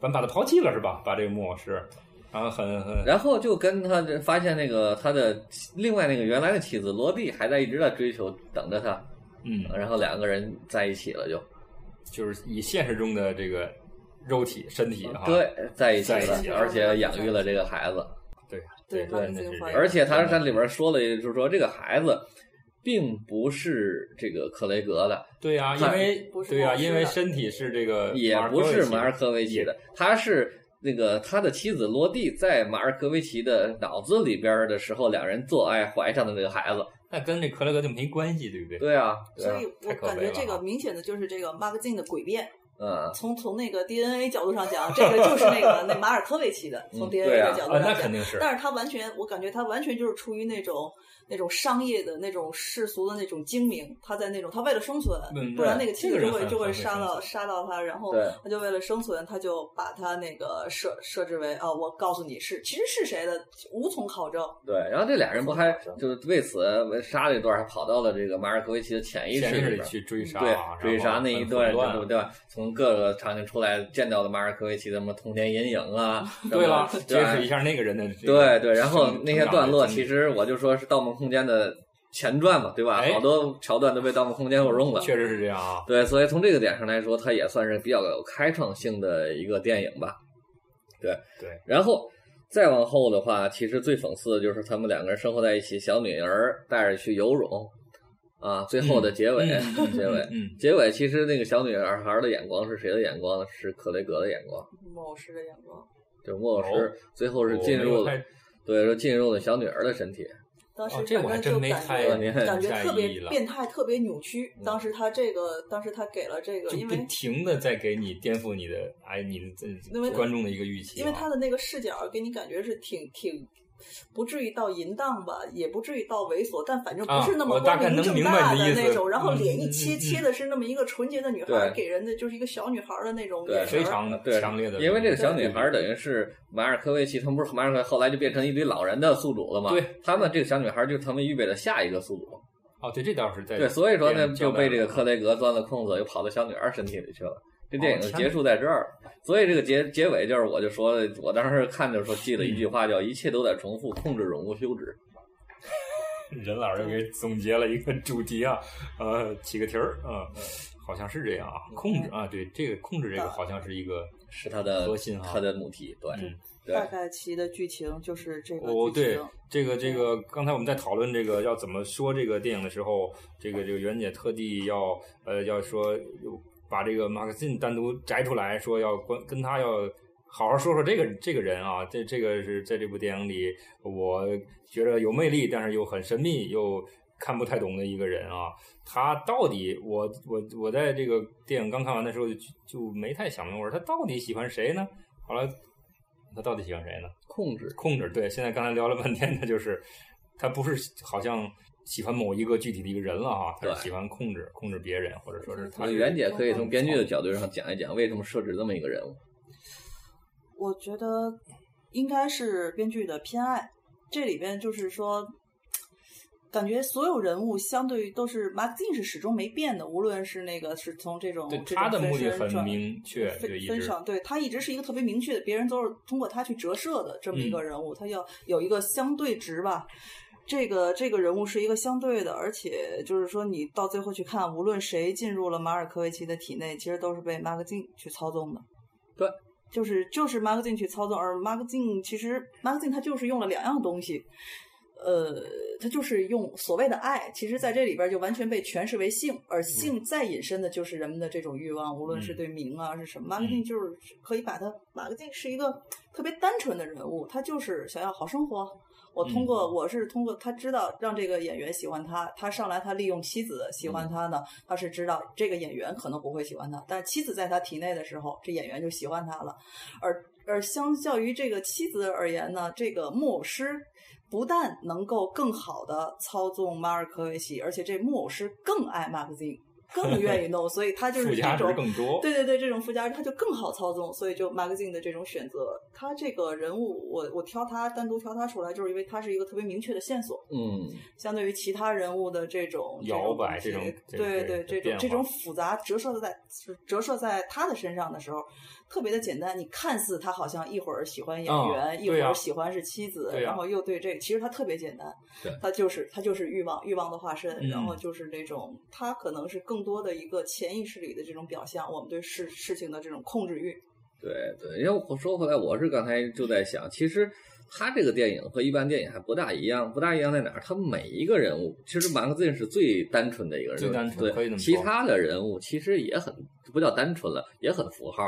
S1: 咱把他抛弃了是吧？把这个木偶师，然后很很
S2: 然后就跟他这发现那个他的另外那个原来的妻子罗蒂还在一直在追求，等着他，
S1: 嗯，
S2: 然后两个人在一起了就，
S1: 就是以现实中的这个肉体身体啊，
S2: 对，在一起
S1: 在一
S2: 了
S1: 起，
S2: 而且养育了这个孩子，
S1: 对
S3: 对
S1: 真
S3: 马
S1: 的
S3: 克
S1: 是
S3: 沁
S1: 这样，
S3: 怀孕
S2: 而且他在里边说了，就是说这个孩子并不是这个克雷格的，
S1: 对呀，因
S2: 在
S1: 为
S3: 不是
S1: 对呀，
S3: 木偶师
S1: 因为
S3: 的
S1: 身体是这个
S2: 也
S1: 马尔科
S2: 不
S1: 维
S2: 是
S1: 奇
S2: 马尔科维奇的，他是那个他的妻子罗蒂在马尔科维奇的脑子里边的时候，两人做爱怀上的这个孩子。
S1: 那跟这克雷格就没关系，对不对？
S2: 对啊，对
S3: 所
S2: 啊
S3: 以，我
S1: 太可
S3: 感
S1: 悲
S3: 觉
S1: 了
S3: 这
S1: 啊
S3: 个明显的就是这个马克沁的诡辩。
S2: 嗯，
S3: 从从那个 DNA 角度上讲，这个就是那个那马尔科维奇的，
S2: 嗯
S3: 从
S2: 对
S3: DNA
S2: 啊
S3: 的角度
S1: 啊，
S3: 上
S1: 那
S3: 讲，
S1: 肯定是。
S3: 但是他完全，我感觉他完全就是出于那种那种商业的那种世俗的那种精明，他在那种他为了生存，
S1: 嗯
S3: 不然
S1: 对
S3: 那个妻
S1: 这个
S3: 子
S1: 人
S3: 就会
S1: 很很
S3: 就会
S1: 会
S3: 杀
S1: 生
S3: 到
S1: 存
S3: 杀到他，然后
S2: 对
S3: 他就为了生存，他就把他那个设设置为啊，我告诉你是其实是谁的，无从考证。
S2: 对。然后这俩人不还
S4: 是
S2: 就是为此杀了一段，还跑到了这个马尔科维奇的潜意识
S1: 潜意识
S2: 里
S1: 里
S2: 边。
S1: 去追杀
S2: 对
S1: 啊，，
S2: 追杀那一段，
S1: 然后很
S2: 对
S1: 混乱
S2: 对吧？从各个场景出来，见到了马尔科维奇的什么童年阴影啊，
S1: 对了，
S2: 对
S1: 结识一下那个人的这
S2: 对
S1: 个
S2: 对，然后
S1: 成
S2: 那些段
S1: 成长的
S2: 落，
S1: 经历
S2: 其实我就说是《盗梦空间》的前传嘛，对吧？
S1: 哎
S2: 好多桥段都被《盗梦空间》给用了。
S1: 确实是这样啊。
S2: 对，所以从这个点上来说，它也算是比较有开创性的一个电影吧。对
S1: 对，
S2: 然后再往后的话，其实最讽刺的就是他们两个人生活在一起，小女儿带着去游泳，啊，最后的结尾，结尾，
S1: 嗯，
S2: 结尾其实那个小女孩的眼光是谁的眼光呢？是克雷格的眼光，
S3: 莫老师的眼光。
S2: 就是莫老师最后是
S1: 我
S2: 进
S1: 哦没有
S2: 入
S1: 太
S2: 了，对，说进入了小女儿的身体，
S3: 当时
S1: 哦这我还
S3: 反正
S1: 真
S3: 就
S1: 没
S3: 感
S1: 太
S3: 觉感觉
S1: 在
S3: 特
S1: 意
S3: 别
S1: 了嗯
S3: 变态，特别扭曲。当时他这个，当时他给了这个，
S1: 就
S3: 因
S1: 不
S3: 为
S1: 停的在给你颠覆你的哎，你的
S3: 因为
S1: 这观众的一个预期啊，
S3: 因为他的那个视角给你感觉是挺挺，不至于到淫荡吧，也不至于到猥琐，但反正不是那
S1: 啊我
S3: 么
S1: 大
S3: 光
S1: 概
S3: 明
S1: 能
S3: 正
S1: 明白
S3: 大
S1: 你的意思
S3: 那种。然后
S1: 嗯
S3: 脸一
S1: 嗯
S3: 切，
S1: 嗯
S3: 切的是那么一个纯洁的女孩
S2: 对，
S3: 给人的就是一个小女孩的那种
S2: 对
S3: 眼神
S1: 非
S3: 儿。
S1: 常
S2: 对
S1: 强烈的，
S2: 因为这个小女孩等于是马尔科维奇，他们不是马尔科维奇后来就变成一堆老人的宿主了吗？
S1: 对，
S2: 他们这个小女孩就是他们预备的下一个宿主，
S1: 哦，对，这倒是在
S2: 对，所以说呢
S1: 电影
S2: 就被这个克
S1: 交代了
S2: 雷格钻了空子，又跑到小女儿身体里去了。这电影就
S1: 哦天哪
S2: 结束在这儿，所以这个结结尾就是，我就说，我当时看的时候记了
S1: 嗯
S2: 一句话，叫“一切都在重复，控制永无休止
S1: 任老师给总结了一个主题啊，呃，起个题儿啊、好像是这样啊，控制啊，对，这个控制这个好像是一个”，
S2: 是他的
S1: 核心啊
S2: 他的母题，对
S1: 嗯
S2: 对
S3: 大概其的剧情就是这个
S1: 哦，
S3: 剧
S1: 对
S3: 情。，
S1: 这个这个，刚才我们在讨论这个要怎么说这个电影的时候，这个这个袁姐特地要呃要说把这个马克沁单独摘出来说要关跟他要好好说说这个这个人啊，这这个是在这部电影里我觉得有魅力，但是又很神秘又。看不太懂的一个人啊，他到底我我我在这个电影刚看完的时候就就没太想明白，我说他到底喜欢谁呢？后来他到底喜欢谁呢？
S2: 控制，
S1: 控制。对，现在刚才聊了半天，他就是他不是好像喜欢某一个具体的一个人了哈，他
S2: 对
S1: 是喜欢控制控制别人，或者说是他
S2: 那
S1: 是
S2: 袁姐可以从编剧的角度上讲一讲，为什么设置这么一个人物？
S3: 我觉得应该是编剧的偏爱。这里边就是说，感觉所有人物相对于都是 m a r t i n 是始终没变的，无论是那个是从这种
S1: 对
S3: 这种
S1: 他的
S3: 分
S1: 目的
S3: 身
S1: 很
S3: 转
S1: 明确，对，
S3: 分
S1: 一
S3: 分
S1: 直
S3: 享，对他一直是一个特别明确的，别人都是通过他去折射的这么一个
S1: 嗯
S3: 人物，他要有一个相对值吧。这个这个人物是一个相对的，而且就是说，你到最后去看，无论谁进入了马尔科维奇的体内，其实都是被马克沁去操纵的。
S2: 对，
S3: 就是就是马克沁去操纵，而马克沁其实马克沁他就是用了两样东西，呃，他就是用所谓的爱，其实在这里边就完全被诠释为性，而性再引申的就是人们的这种欲望，无论是对名啊是什么，马克沁就是可以把他，马克沁是一个特别单纯的人物，他就是想要好生活。我通过我是通过他知道让这个演员喜欢他，他上来他利用妻子喜欢他呢，他是知道这个演员可能不会喜欢他，但是妻子在他体内的时候，这演员就喜欢他了。而而相较于这个妻子而言呢，这个木偶师不但能够更好的操纵马尔科维奇，而且这木偶师更爱马克沁，更愿意弄，所以他就是
S1: 附加
S3: 这
S1: 值
S3: 种
S1: 更多。
S3: 对对对，这种附加它就更好操纵，所以就 magazine 的这种选择，他这个人物，我我挑他单独挑他出来，就是因为他是一个特别明确的线索，
S2: 嗯，
S3: 相对于其他人物的这种
S1: 摇摆
S3: 这东西
S1: 这种
S3: 对
S1: 对这
S3: 这种
S1: 种变
S3: 这
S1: 化
S3: 种复杂折射在折射在他的身上的时候，特别的简单。你看似他好像一会儿喜欢演
S1: 啊
S3: 员，一会
S1: 对啊
S3: 儿喜欢是妻子，
S1: 对啊
S3: 然后又对这个，其实他特别简单
S2: 对，
S3: 他就是他就是欲望欲望的化身，
S1: 嗯
S3: 然后就是那种他可能是更多的一个潜意识里的这种表象，我们对事事情的这种控制欲。
S2: 对对，因为我说回来，我是刚才就在想，其实他这个电影和一般电影还不大一样，不大一样在哪儿？他每一个人物，其实马克沁是最单纯的一个人，
S1: 最单纯
S2: 对
S1: 可以这么
S2: 其
S1: 说
S2: 他的人物其实也很不叫单纯了，也很符号，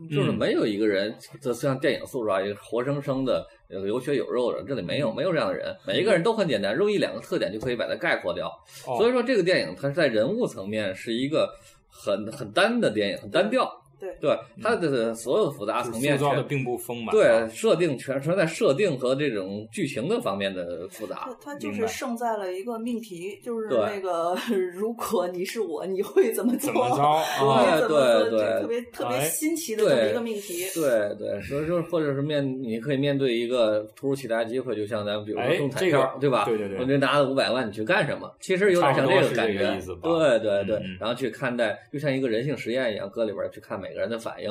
S3: 嗯
S2: 就是
S1: 嗯
S2: 没有一个人，就像电影塑造一个活生生的呃有血有肉的，这里没有没有这样的人，每一个人都很简单，用一两个特点就可以把它概括掉。
S1: 哦
S2: 所以说这个电影它是在人物层面是一个很很单的电影，很单调。
S3: 对
S2: 对，它的所有复杂层
S1: 嗯
S2: 面
S1: 塑造的
S2: 全
S1: 并不丰满，啊
S2: 对，设定全全在设定和这种剧情的方面的复杂
S3: 他。他就
S1: 啊明
S3: 是
S1: 白
S3: 胜在了一个命题，就是
S2: 对
S3: 那个 如果你是我，你会怎么做？
S1: 怎么 着
S3: 你
S1: 啊？
S3: 怎么做
S2: 哦对对
S3: 这特别特别
S1: 哎
S3: 新奇的这么一个命题。
S2: 对对，所以说或者是面，你可以面对一个突如其来的机会，就像咱们比如说
S1: 哎
S2: 中彩
S1: 这个
S2: 票，对吧？
S1: 对对对
S2: 我就拿了五百万，你去干什么？其实有点像个
S1: 差
S2: 感
S1: 不多是这
S2: 觉
S1: 个意思，吧
S2: 对对对、
S1: 嗯嗯
S2: 然后去看待，就像一个人性实验一样，搁里边儿去看每个人的反应。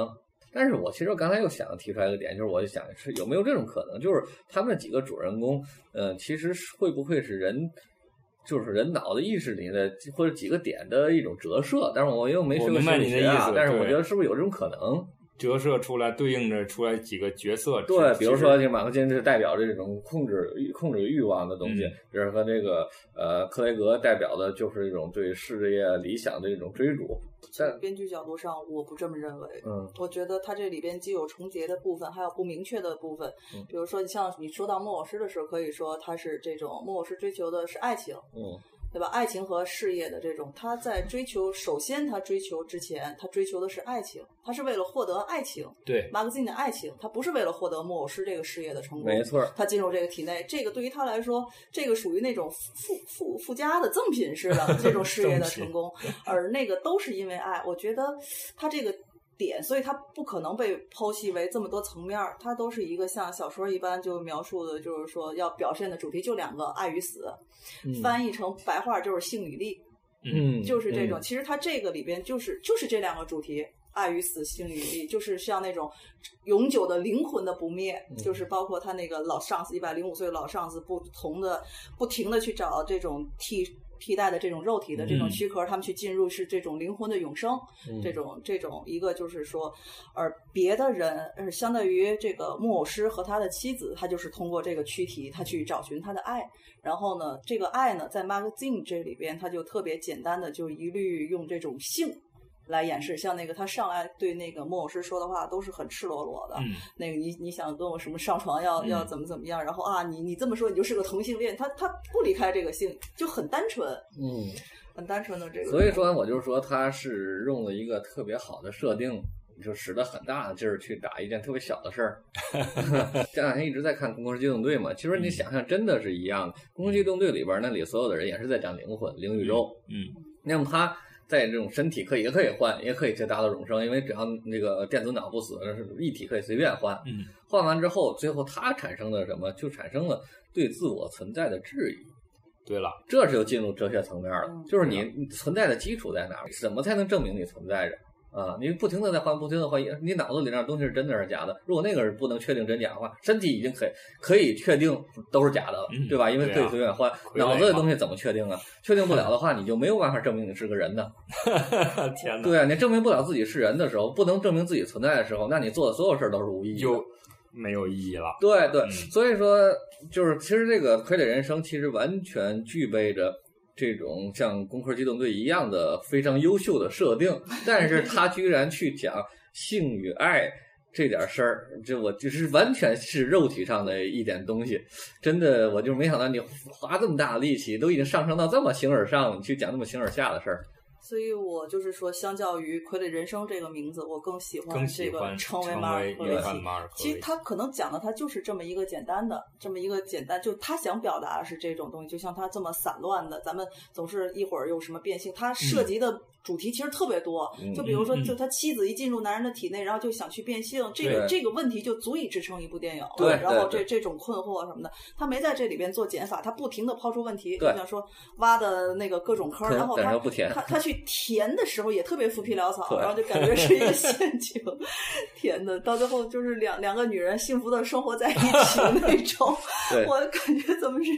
S2: 但是我其实刚才又想提出来一个点，就是我就想是有没有这种可能，就是他们几个主人公，嗯，其实是会不会是人，就是人脑的意识里的或者几个点的一种折射？但是我又没学
S1: 我
S2: 过
S1: 明白
S2: 心理
S1: 你的
S2: 学
S1: 意
S2: 啊
S1: 思，
S2: 但是我
S1: 对
S2: 觉得是不是有这种可能？
S1: 折射出来，对应着出来几个角色。
S2: 对，
S1: 其
S2: 比
S1: 实
S2: 如说这马克沁是代表着这种控制欲控制欲望的东西，
S1: 嗯
S2: 比如说这个呃克雷格代表的就是一种对事业理想的一种追逐。但
S3: 编剧角度上，我不这么认为。
S2: 嗯，
S3: 我觉得它这里边既有重叠的部分，还有不明确的部分
S2: 嗯。
S3: 比如说，你像你说到木偶师的时候，可以说他是这种木偶师追求的是爱情，
S2: 嗯，
S3: 对吧？爱情和事业的这种，他在追求，首先他追求之前，他追求的是爱情，他是为了获得爱情，
S1: 对，
S3: 马克沁的爱情，他不是为了获得木偶师这个事业的成功。
S2: 没错儿，
S3: 他进入这个体内，这个对于他来说，这个属于那种附附附加的赠品式的这种事业的成功， 而那个都是因为爱。我觉得他这个点，所以他不可能被剖析为这么多层面儿，他都是一个像小说一般就描述的，就是说要表现的主题就两个：爱与死。
S1: 嗯
S3: 翻译成白话就是性与力，
S2: 嗯，
S3: 就是这种。
S2: 嗯。
S3: 其实它这个里边就是就是这两个主题。爱与死，性与力，就是像那种永久的灵魂的不灭，
S2: 嗯
S3: 就是包括他那个老上司，一百零五岁老上司，不同的不停的去找这种替替代的这种肉体的这
S1: 嗯
S3: 种躯壳，他们去进入是这种灵魂的永生，
S2: 嗯
S3: 这种这种一个就是说，而别的人，呃，相对于这个木偶师和他的妻子，他就是通过这个躯体，他去找寻他的爱。然后呢，这个爱呢，在 magazine 这里边，他就特别简单的就一律用这种性。来掩饰，像那个他上来对那个木偶师说的话都是很赤裸裸的，
S1: 嗯
S3: 那个你你想跟我什么上床要、要
S1: 嗯
S3: 怎么怎么样，然后啊你你这么说你就是个同性恋，他他不离开这个性，就很单纯，
S2: 嗯
S3: 很单纯的这个。
S2: 所以说，我就说他是用了一个特别好的设定，就使得很大的劲儿去打一件特别小的 事儿。这两天一直在看《攻壳机动队》嘛，其实
S1: 嗯
S2: 你想象真的是一样的，攻壳机动队》里边儿那里所有的人也是在讲灵魂、灵宇宙。
S1: 嗯
S2: 那么他在这种身体可以也可以换，也可以去达到永生，因为只要那个电子脑不死，是一体可以随便换。
S1: 嗯
S2: 换完之后，最后他产生了什么？就产生了对自我存在的质疑。
S1: 对了，
S2: 这就进入哲学层面了
S3: 嗯，
S2: 就是你你存在的基础在哪儿？怎么才能证明你存在着？啊，你不停的在换，不停的换，你脑子里那东西是真的是假的？如果那个是不能确定真假的话，身体已经可以可以确定都是假的了，
S1: 嗯
S2: 对吧？因为
S1: 对啊
S2: 可以随便换，
S1: 傀儡嘛
S2: 脑子的东西怎么确定啊？确定不了的话，你就没有办法证明你是个人的。
S1: 天哪，
S2: 对啊，你证明不了自己是人的时候，不能证明自己存在的时候，那你做的所有事儿都是无意义的。
S1: 就没有意义了。
S2: 对对，
S1: 嗯
S2: 所以说就是其实这个《傀儡人生》其实完全具备着这种像《攻壳机动队》一样的非常优秀的设定，但是他居然去讲性与爱。这点事儿，这我就是完全是肉体上的一点东西，真的，我就没想到你花这么大的力气，都已经上升到这么形而上，你去讲这么形而下的事儿。
S3: 所以我就是说，相较于《傀儡人生》这个名字，我更喜
S1: 更
S3: 欢
S1: 喜
S3: 这个
S1: 欢
S3: 成为
S1: 成
S3: 马尔
S1: 为
S3: 科
S1: 约
S3: 维
S1: 翰
S3: 奇。
S1: 马尔科维奇。
S3: 其实他可能讲的，他就是这么一个简单的，这么一个简单，就他想表达的是这种东西，就像他这么散乱的，咱们总是一会儿有什么变性，他涉及的主题其实特别多。
S2: 嗯
S3: 就比如说
S1: 嗯嗯嗯，
S3: 就他妻子一进入男人的体内，然后就想去变性，这
S2: 对
S3: 个这个问题就足以支撑一部电影了。
S2: 对
S3: 然后
S2: 对
S3: 这这种困惑什么的，他没在这里边做减法，他不停的抛出问题，就
S2: 对
S3: 像说挖的那个各种坑儿，
S2: 坑
S3: 然后
S2: 但
S3: 他
S2: 是不填
S3: 他他去填的时候也特别浮皮潦草，
S2: 对
S3: 然后就感觉是一个陷阱填的，到最后就是两两个女人幸福的生活在一起那种，
S2: 对
S3: 我感觉怎么是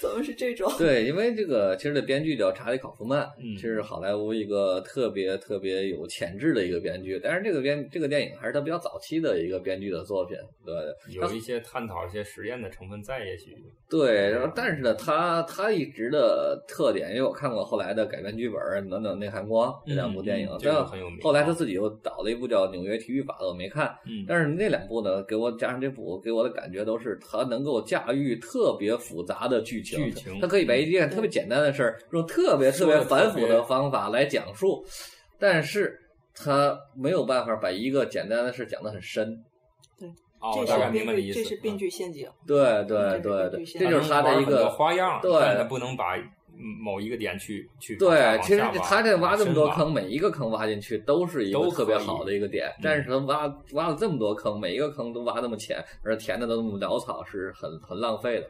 S3: 怎么是这种？
S2: 对，因为这个其实这编剧叫查理·考夫曼，
S1: 嗯
S2: 这是好莱坞一个特别特别有潜质的一个编剧。但是这个编这个电影还是他比较早期的一个编剧的作品，对
S1: 有一些探讨一些实验的成分在，也许
S2: 对。然后但是呢，他他一直的特点，因为我看过后来的改编剧本《暖暖内涵光》这两部电影
S1: 嗯嗯，这
S2: 但
S1: 个很有名
S2: 后来他自己又导了一部叫《纽约体育法》的，我没看。
S1: 嗯，
S2: 但是那两部呢，给我加上这部，给我的感觉都是他能够驾驭特别复杂的剧情，
S1: 剧情
S2: 他可以把一件
S3: 嗯
S2: 特别简单的事儿用特别特
S1: 说
S2: 别
S1: 得
S2: 繁复
S1: 特
S2: 的
S1: 别
S2: 方法来讲述，但是他没有办法把一个简单的事讲得很深。
S1: 哦，我
S3: 这
S1: 大概
S3: 是
S1: 明白
S3: 编
S1: 的意
S3: 剧，
S1: 思。嗯
S3: 这是编剧陷阱。
S2: 对对对对，
S3: 这嗯是
S2: 这就是他的
S1: 能玩
S2: 一
S1: 很多
S2: 个。
S1: 花样，
S2: 对
S1: 但他不能把某一个点去去往下
S2: 对，
S1: 往
S2: 其实
S1: 下挖
S2: 他这挖这么多
S1: 往深
S2: 坑，每一个坑挖进去都是一个
S1: 都
S2: 特别
S1: 可以嗯
S2: 好的一个点，但是他挖挖了这么多坑，每一个坑都挖那么浅，而填的都那么潦草，是很很浪费的。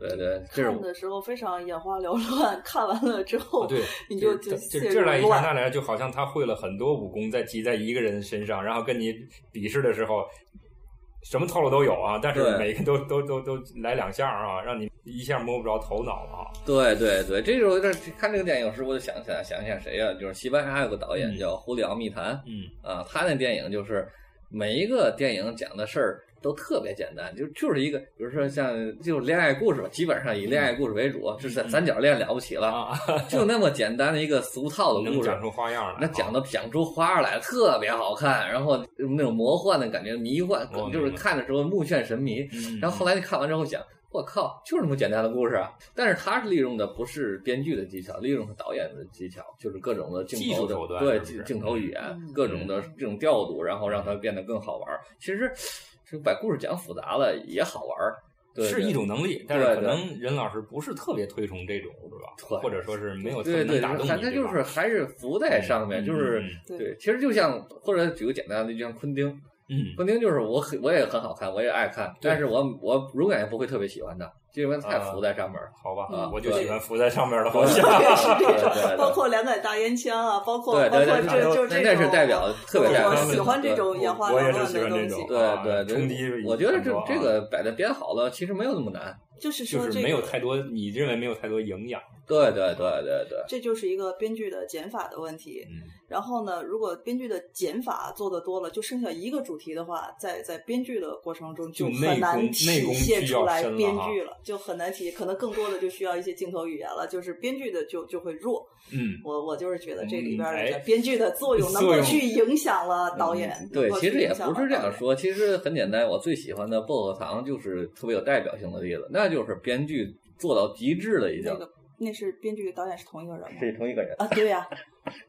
S2: 对对，这是
S3: 看的时候非常眼花缭乱， 看完了之后，
S1: 挖哦 对，
S3: 你
S1: 就
S3: 就是
S1: 这
S3: 陷
S1: 这
S3: 入
S1: 这来一下
S3: 乱
S1: 那来一下，就好像他会了很多武功在集在一个人身上，然后跟你比试的时候，什么套路都有啊，但是
S2: 对
S1: 每个都都都都来两下啊，让你一下摸不着头脑啊。
S2: 对对对，这时候这看这个电影时，我就想起来想一下谁呀、就是西班牙有个导演
S1: 嗯
S2: 叫胡里奥·密谈
S1: 嗯
S2: 啊，他那电影就是每一个电影讲的事儿都特别简单，就就是一个，比如说像就是恋爱故事吧，基本上以恋爱故事为
S1: 嗯
S2: 主，这是咱角恋了不起了，
S1: 啊，
S2: 就那么简单的一个俗 套的
S1: 能
S2: 故事
S1: 讲，出花样来，啊
S2: 那讲的讲出花儿来，特别好看，然后那种魔幻的感觉，迷幻
S1: 哦，
S2: 就是看的时候目眩神迷。
S1: 嗯，
S2: 然后后来看完之后想，我靠，就是这么简单的故事啊！但是他是利用的不是编剧的技巧，利用的是导演的技巧，就是各种的镜头
S1: 技术手
S2: 的
S1: 段
S2: 对
S1: 是不是
S2: 镜镜头语言
S3: 嗯，
S2: 各种的这种调度，然后让它变得更好玩儿。其实，就把故事讲复杂了也好玩儿，对
S1: 是一。种能力，但是
S2: 对
S1: 可
S2: 对
S1: 能任老师不是特别推崇这种，是吧？
S2: 对
S1: 或者说是没有特别
S2: 对对
S1: 能
S2: 对，
S1: 打动你
S2: 反正
S1: 这
S2: 就
S1: 块
S2: 是
S1: 儿，
S2: 还是浮在上面，
S1: 嗯
S2: 就是
S1: 嗯
S3: 对
S2: 对。其实就像或者举个简单的，就像昆汀，
S1: 嗯，
S2: 昆汀就是我很我也很好看，我也爱看，
S1: 对啊
S2: 但是我我永远也不会特别喜欢他，就因为太浮在上面了。
S1: 好吧，
S3: 嗯
S1: 我就喜欢浮在上面的，
S2: 啊对
S1: 好像
S2: 对
S3: 包括两杆大烟枪啊，包括
S2: 对
S3: 包括
S2: 对
S3: 这
S2: 对对，
S3: 就这
S2: 那
S3: 种，
S2: 那是代表特别代表
S3: 我喜欢这种眼花
S4: 我也
S3: 缭
S4: 是喜欢这
S3: 乱的东西
S4: 种，
S1: 啊
S2: 对对对，
S4: 冲击力
S2: 我觉得这
S4: 很高啊
S2: 这个摆的编好了，其实没有那么难。
S3: 就是
S1: 就
S3: 说
S1: 是
S3: 这
S1: 没有
S3: 个
S1: 太多，你认为没有太多营养，
S2: 对对对对对，
S3: 这就是一个编剧的减法的问题。
S1: 嗯
S3: 然后呢，如果编剧的减法做的多了，就剩下一个主题的话，在在编剧的过程中
S1: 就内
S3: 很难
S1: 功内
S3: 体
S1: 功
S3: 现
S1: 需要
S3: 出来
S1: 深了
S3: 编
S1: 哈
S3: 剧了，就很难体现，可能更多的就需要一些镜头语言了，就是编剧的就就会弱。
S1: 嗯，
S3: 我我就是觉得这里
S1: 嗯
S3: 边儿
S1: 哎
S3: 的编剧的作用能
S1: 作
S3: 够
S1: 用
S3: 去影响了导演。
S2: 嗯对
S3: 能，够
S2: 其
S3: 去
S2: 实也
S3: 影响
S2: 不是
S3: 了
S2: 这
S3: 导
S2: 样
S3: 演。
S2: 说，其实很简单。我最喜欢的薄荷糖就是特别有代表性的例子，那就是编剧做到极致了，已经
S3: 那个那是编剧导演是同一个人吗？
S2: 是同一个人。
S3: 啊，对呀、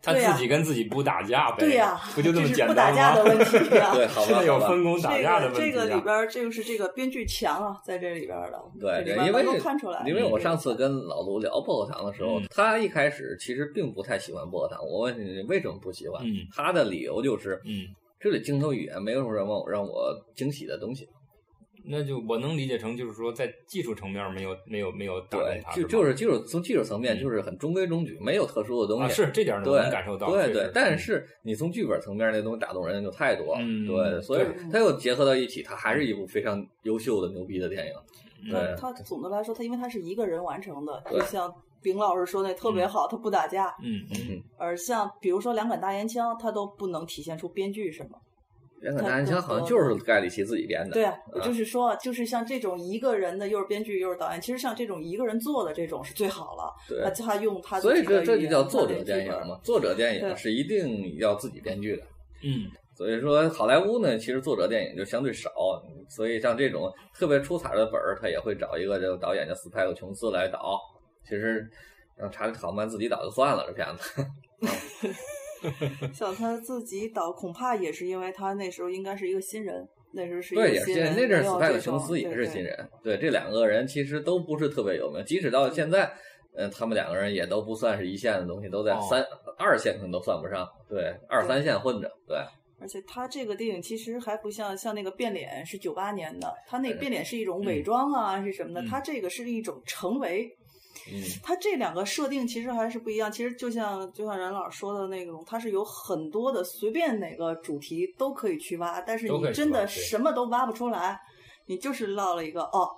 S1: 他
S3: 对呀
S1: 自己跟自己不打架呗，
S3: 对呀、
S1: 不就
S3: 这
S1: 么
S3: 是
S1: 简
S3: 不打
S1: 单
S3: 架的
S1: 吗？
S3: 问题呀、
S2: 对，好
S4: 现
S2: 吧
S4: 在，
S2: 好
S4: 有
S2: 吧。
S4: 分工打架的问题、啊
S3: 这个这个里边儿就是这个编剧强啊，在这里边儿的，
S2: 对，对
S3: 这里边
S2: 因
S3: 儿
S2: 为
S3: 能够看出来。
S2: 因为我上次跟老卢聊薄荷糖的时候，
S1: 嗯
S2: 他一开始其实并不太喜欢薄荷糖。我问你为什么不喜欢，
S1: 嗯
S2: 他的理由就是
S1: 嗯，
S2: 这里镜头语言没有什么让我惊喜的东西。
S1: 那就我能理解成就是说在技术层面没有没有没有打动
S2: 对
S1: 他，，
S2: 就
S1: 吧
S2: 就是技术从技术层面
S1: 嗯
S2: 就是很中规中矩，没有特殊的东
S1: 啊，
S2: 西。
S1: 是这点儿能
S2: 对，
S1: 能感受到，
S2: 对
S1: 确
S2: 对
S1: 实，
S2: 但是你从剧本层面那东西打动人就太多了，
S1: 嗯
S2: 对，所以
S1: 对
S2: 它又结合到一起，它还是一部非常优秀的、牛逼的电影。
S1: 嗯
S2: 对
S3: 他总的来说，他因为他是一个人完成的，
S2: 对
S3: 就像丙老师说那特别好，他不打架。
S1: 嗯嗯，
S2: 嗯，
S3: 而像比如说两杆大烟枪，他都不能体现出编剧什么。
S2: 原本大暗枪好像就是盖里奇自己编的，
S3: 对啊，我就是说，就是像这种一个人的，又是编剧又是导演，其实像这种一个人做的这种是最好了。
S2: 对
S3: 那他用他
S2: 所
S3: 自
S2: 以
S3: 己的
S2: 这这
S3: 语
S2: 就
S3: 言
S2: 叫
S3: 他
S2: 作
S3: 的
S2: 者
S3: 剧
S2: 电
S3: 本
S2: 影嘛，作者电
S3: 对
S2: 影是一定要自己编剧的。
S1: 嗯，
S2: 所以说，好莱坞呢，其实作者电影就相对少，所以像这种特别出彩的本儿，他也会找一个这个导演叫斯派克·琼斯来导。其实让查理·考曼自己导就算了，这片子。
S3: 像他自己导，恐怕也是因为他那时候应该是一个新人，那时 候是一
S2: 对，
S3: 个
S2: 也是
S3: 新
S2: 新
S3: 人
S2: 人。，那阵儿
S3: 没有
S2: 斯派克
S3: 这
S2: ·琼
S3: 种
S2: 斯也
S3: 对
S2: 是
S3: 对
S2: 新人。对，这两个人其实都不是特别有名，即使到现在，嗯、他们两个人也都不算是一线的东西，都在
S1: 哦
S2: 三、二线可能都算不上，对，二
S3: 对
S2: 三线混着，对。
S3: 而且他这个电影其实还不像像那个变脸是九八年的，他那个变脸是一种伪装啊，是什么的？
S1: 嗯
S3: 他这个是一种成为，
S2: 嗯，
S3: 他这两个设定其实还是不一样。其实就像就像任老师说的那种，他是有很多的，随便哪个主题都可以去挖，但是
S1: 都可以
S3: 你
S1: 去
S3: 真
S1: 挖
S3: 的
S1: 对
S3: 什么都挖不出来，你就是落了一个哦。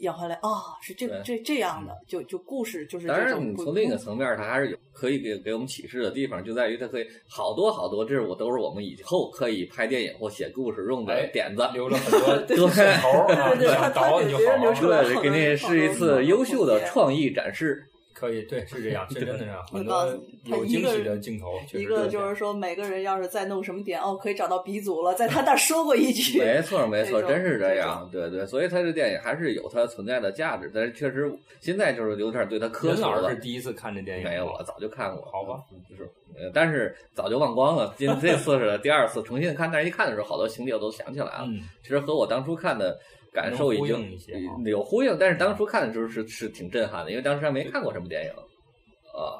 S3: 演回来哦，是这
S2: 对
S3: 这这
S1: 嗯
S3: 样的，就就故事就是
S2: 当
S3: 这
S2: 然，
S3: 种
S2: 你
S3: 不
S2: 从另一个层面儿，它还是有可以给给我们启示的地方，就在于它可以好多好多，这是我都是我们以后可以拍电影或写故事用
S1: 哎
S2: 的点子。
S1: 留了很多
S2: 对
S1: 线头儿啊，
S3: 对对对
S1: 想倒你就好好说
S3: 他他觉得留出来
S2: 对，给你是一次优秀的创意展示。
S1: 可以，对，是这样，是真的是这样，
S3: 我
S1: 很
S3: 告
S1: 多
S3: 诉你他
S1: 有
S3: 一
S1: 惊
S3: 个
S1: 喜的镜头，确
S3: 一
S1: 实
S3: 个
S1: 是这
S3: 就
S1: 样
S3: 是说，每个人要是再弄什么点，哦，可以找到鼻祖了，在 他那儿说过一句。
S2: 没错，没错，
S3: 这种
S2: 真是这样。对对，所以它这电影还是有它存在的价值，但是确实现在就是有点对它苛
S1: 任
S2: 求
S1: 老
S2: 了
S1: 师是。第一次看这电影吗，
S2: 没有，我早就看过。
S1: 好吧，
S2: 就是，呃但是早就忘光了。今这次是第二次重新看，但是一看的时候，好多情节我都想起来了。
S1: 嗯，
S2: 其实和我当初看的感受已
S1: 能呼
S2: 经
S1: 应一些哈嗯
S2: 有呼应，但是当初看的时候是是挺震撼的，因为当时还没看过什么电影啊。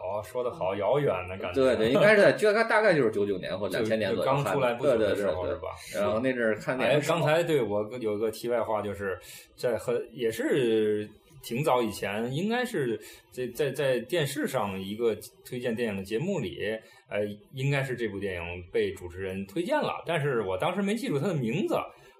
S1: 哦，说的好遥远的感觉，
S2: 对对，应该是在就大大概就是九九年或
S1: 就
S2: 两千年
S1: 就
S2: 左右
S1: 刚
S2: 看
S1: 出来
S2: 的，
S1: 不
S2: 对
S1: 久
S2: 对
S1: 的时
S2: 对
S1: 候是
S2: 对。
S1: 吧？
S2: 然后那阵儿看电
S1: 哎
S2: 影，，
S1: 刚才对我有个题外话，就是在很也是挺早以前，应该是在在在电视上一个推荐电影的节目里，呃，应该是这部电影被主持人推荐了，但是我当时没记住他的名字。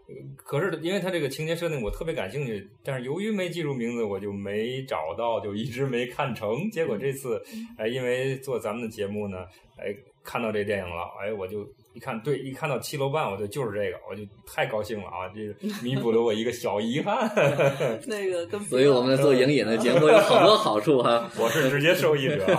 S1: 呃可是因为他这个情节设定我特别感兴趣，但是由于没记住名字，我就没找到，就一直没看成。结果这次，哎，因为做咱们的节目呢，哎，看到这电影了，哎，我就一看，对，一看到七楼半，我就就是这个，我就太高兴了啊！这弥补了我一个小遗憾。
S3: 那个跟
S2: 所以我们做影引的节目有好多好处 哈。
S1: 我是直接受益者。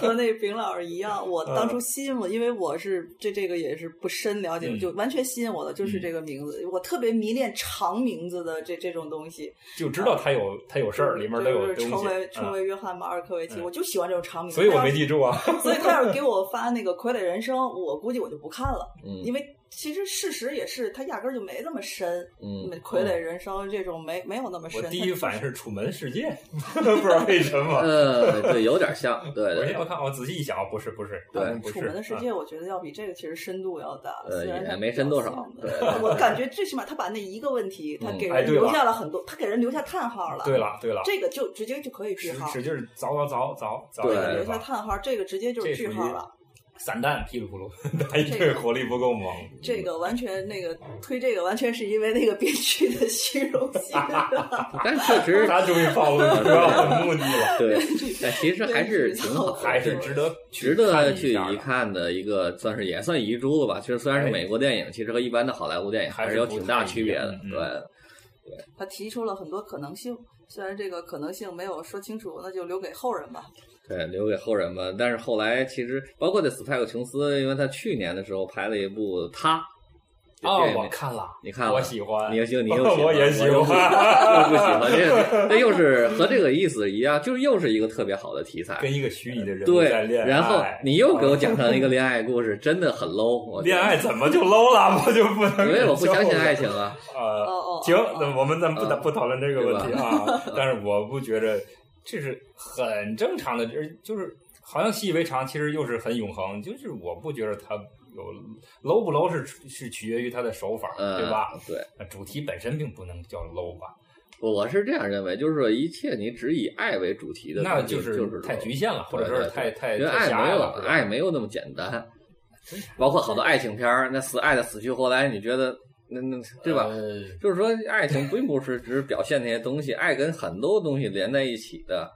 S3: 和那丙老师一样，
S1: 嗯
S3: 我当初吸引我，因为我是这这个也是不深了解，
S1: 嗯
S3: 就完全吸引我的就是这个名字。我特别迷恋长名字的这这种东西，
S1: 就知道他有他有事儿，里面都有
S3: 就是
S1: 东
S3: 成
S1: 西。
S3: 为成
S1: 嗯
S3: 为约翰马尔科维奇，
S1: 嗯
S3: 我就喜欢这种长名字。
S1: 所以我没
S3: 他要
S1: 记住啊。
S3: 是所以他要是给我发那个《傀儡人生》，我估计我就不看了，
S2: 嗯
S3: 因为其实事实也是，他压根儿就没那么深。
S2: 嗯，
S3: 傀儡人生这种没没有那么
S1: 我
S3: 深。
S1: 第一反应是《楚门世界》， 不知道为什么。
S2: 呃，对，有点像，对
S1: 我
S2: 对
S1: 先我看，我仔细一想，啊不是不是，
S2: 对
S1: 好像不
S3: 《楚
S1: 是
S3: 门的世
S1: 啊
S3: 界》，我觉得要比这个其实深度要大，
S2: 呃
S3: 虽然
S2: 也
S3: 它
S2: 没深多少
S3: 比较
S2: 对
S3: 像的我感觉最起码他把那一个问题，他
S2: 嗯
S3: 给
S1: 哎
S3: 人
S1: 对了
S3: 留下了很多，他给人留下叹号了。
S1: 啊对，了对了，
S3: 这个就直接就可以句
S1: 使
S3: 号，
S1: 使劲儿凿凿啊凿凿凿
S2: 对
S1: 一个
S3: 留
S1: 地
S3: 下
S1: 方，
S3: 叹号，这个直接就
S1: 这
S3: 是句
S1: 属
S3: 号
S1: 于
S3: 了。
S1: 散弹噼里扑噜， 他一
S3: 这
S1: 队
S3: 个
S1: 火力不够猛，
S3: 这个完全那个推这个完全是因为那个编剧的虚荣心。
S2: 但确 实，
S1: 他终于暴露主要的目的了，
S2: 对，但其实还是挺好的，
S1: 还是值得
S2: 值
S1: 看
S2: 得
S1: 一
S2: 去
S1: 下
S2: 一
S1: 的。
S2: 看的一个，算是也算遗珠了吧。其实虽然是
S1: 哎
S2: 美国电影，其实和一般的好莱坞电影
S1: 还
S2: 是
S1: 是
S2: 有
S1: 不
S2: 挺
S1: 太
S2: 大
S1: 一
S2: 区别
S1: 样
S2: 的。
S1: 嗯
S2: 对，
S3: 他提出了很多可能性，虽然这个可能性没有说清楚，那就留给后人吧。
S2: 对，留给后人吧。但是后来其实包括这斯派克琼斯，因为他去年的时候拍了一部《他》，这
S1: 哦
S2: 电，影
S1: 我看了，
S2: 你看了
S1: 我喜欢，
S2: 你又就你 又
S1: 我也喜
S2: 喜欢，
S1: 欢
S2: 我又不喜欢，这这又是和这个意思一样，就是又是一个特别好的题材。
S1: 跟一个虚拟的人物
S2: 对
S1: 在，恋爱，哦啊
S2: 然后你又给我讲上一个恋爱故事，真的很 low。我觉
S1: 恋
S2: 得，
S1: 爱怎么就 low 了？ 我就不能，
S2: 因为我不相信爱。情啊。
S3: 哦
S1: 呃，
S3: 哦，
S1: 行
S3: 哦，
S1: 那我们咱们不
S2: 啊
S1: 不讨论这个问题啊， 但是我不觉着这是很正常的，就是就是好像习以为常，其实又是很永恒。就是我不觉着它有 low 不 low 是是取决于它的手法，
S2: 嗯，
S1: 对吧？？
S2: 对，
S1: 主题本身并不能叫 low 吧，
S2: 我是这样认为，就是说一切你只以爱为主题的东西，
S1: 那
S2: 就是是
S1: 太
S2: low
S1: 局限了，或者
S2: 对
S1: 说
S2: 对
S1: 是太太
S2: 因为
S1: 太
S2: 爱
S1: 狭
S2: 没
S1: 隘
S2: 有
S1: 了。是吧
S2: 爱没有那么简单，包括好多爱情片儿，那死爱的死去活来，你觉得那那对吧？
S1: 呃
S2: 就是说，爱情并不是只是表现那些东西，爱跟很多东西连在一起的。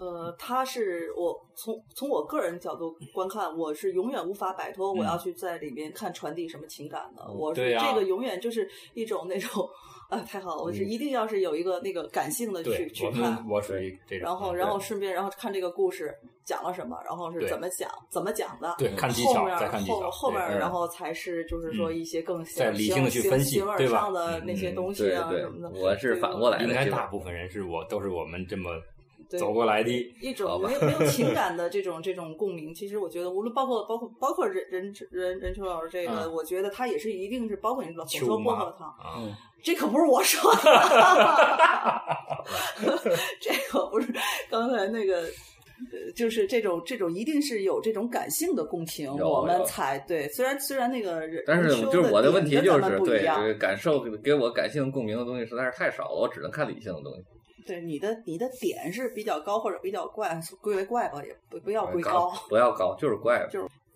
S3: 呃，他是我从从我个人角度观看，我是永远无法摆脱我要去在里面看传递什么情感的。我
S1: 嗯
S3: 是
S1: 对呀
S3: 这个永远就是一种那种啊，太好了，我是一定要是有一个那个感性的去
S1: 嗯对，
S3: 去
S1: 我们
S3: 看。
S1: 我属于这种。
S3: 然后，
S1: 嗯
S3: 然后顺便，然后看这个故事讲了什么，然后是
S1: 对
S3: 怎么讲，怎么讲的，
S1: 对看技
S3: 后
S1: 巧
S3: 面，
S1: 再看技巧，
S3: 后后面
S1: 对嗯
S2: 嗯
S3: 然后才是就是说一些更
S1: 再理性地去分析
S3: 形而
S1: 对吧
S3: 上的那些
S1: 嗯
S3: 东西
S2: 对
S3: 啊
S2: 对
S3: 什么的，。
S2: 我是
S3: 对
S2: 反过来的，
S1: 应该
S2: 这个
S1: 大部分人是我都是我们这么
S3: 对
S1: 走过来的。
S3: 一
S2: 好
S3: 种
S2: 吧
S3: 没有没有情感的 这种这种共鸣，其实我觉得，无论包括包括包括任任任任秋老师这个，
S1: 嗯
S3: 我觉得他也是一定是包括你老总说
S1: 秋
S3: 薄
S1: 妈
S3: 荷糖，
S1: 啊
S2: 嗯
S3: 这可不是我说的， 这可不是刚才那个，呃就是这种这种一定是有这种感性的共情，
S2: 有
S3: 我们
S2: 有
S3: 才对。虽然虽然那个人，
S2: 但是
S3: 任秋
S2: 就是我
S3: 的
S2: 问题
S3: 点
S2: 就
S3: 跟咱
S2: 是
S3: 们不
S2: 对
S3: 一样
S2: 这个感受给我感性共鸣的东西实在是太少了，我只能看理性的东西。
S3: 对你的你的点是比较高或者比较怪，归为怪吧，也不不要归高
S2: 高。不要高，就是怪。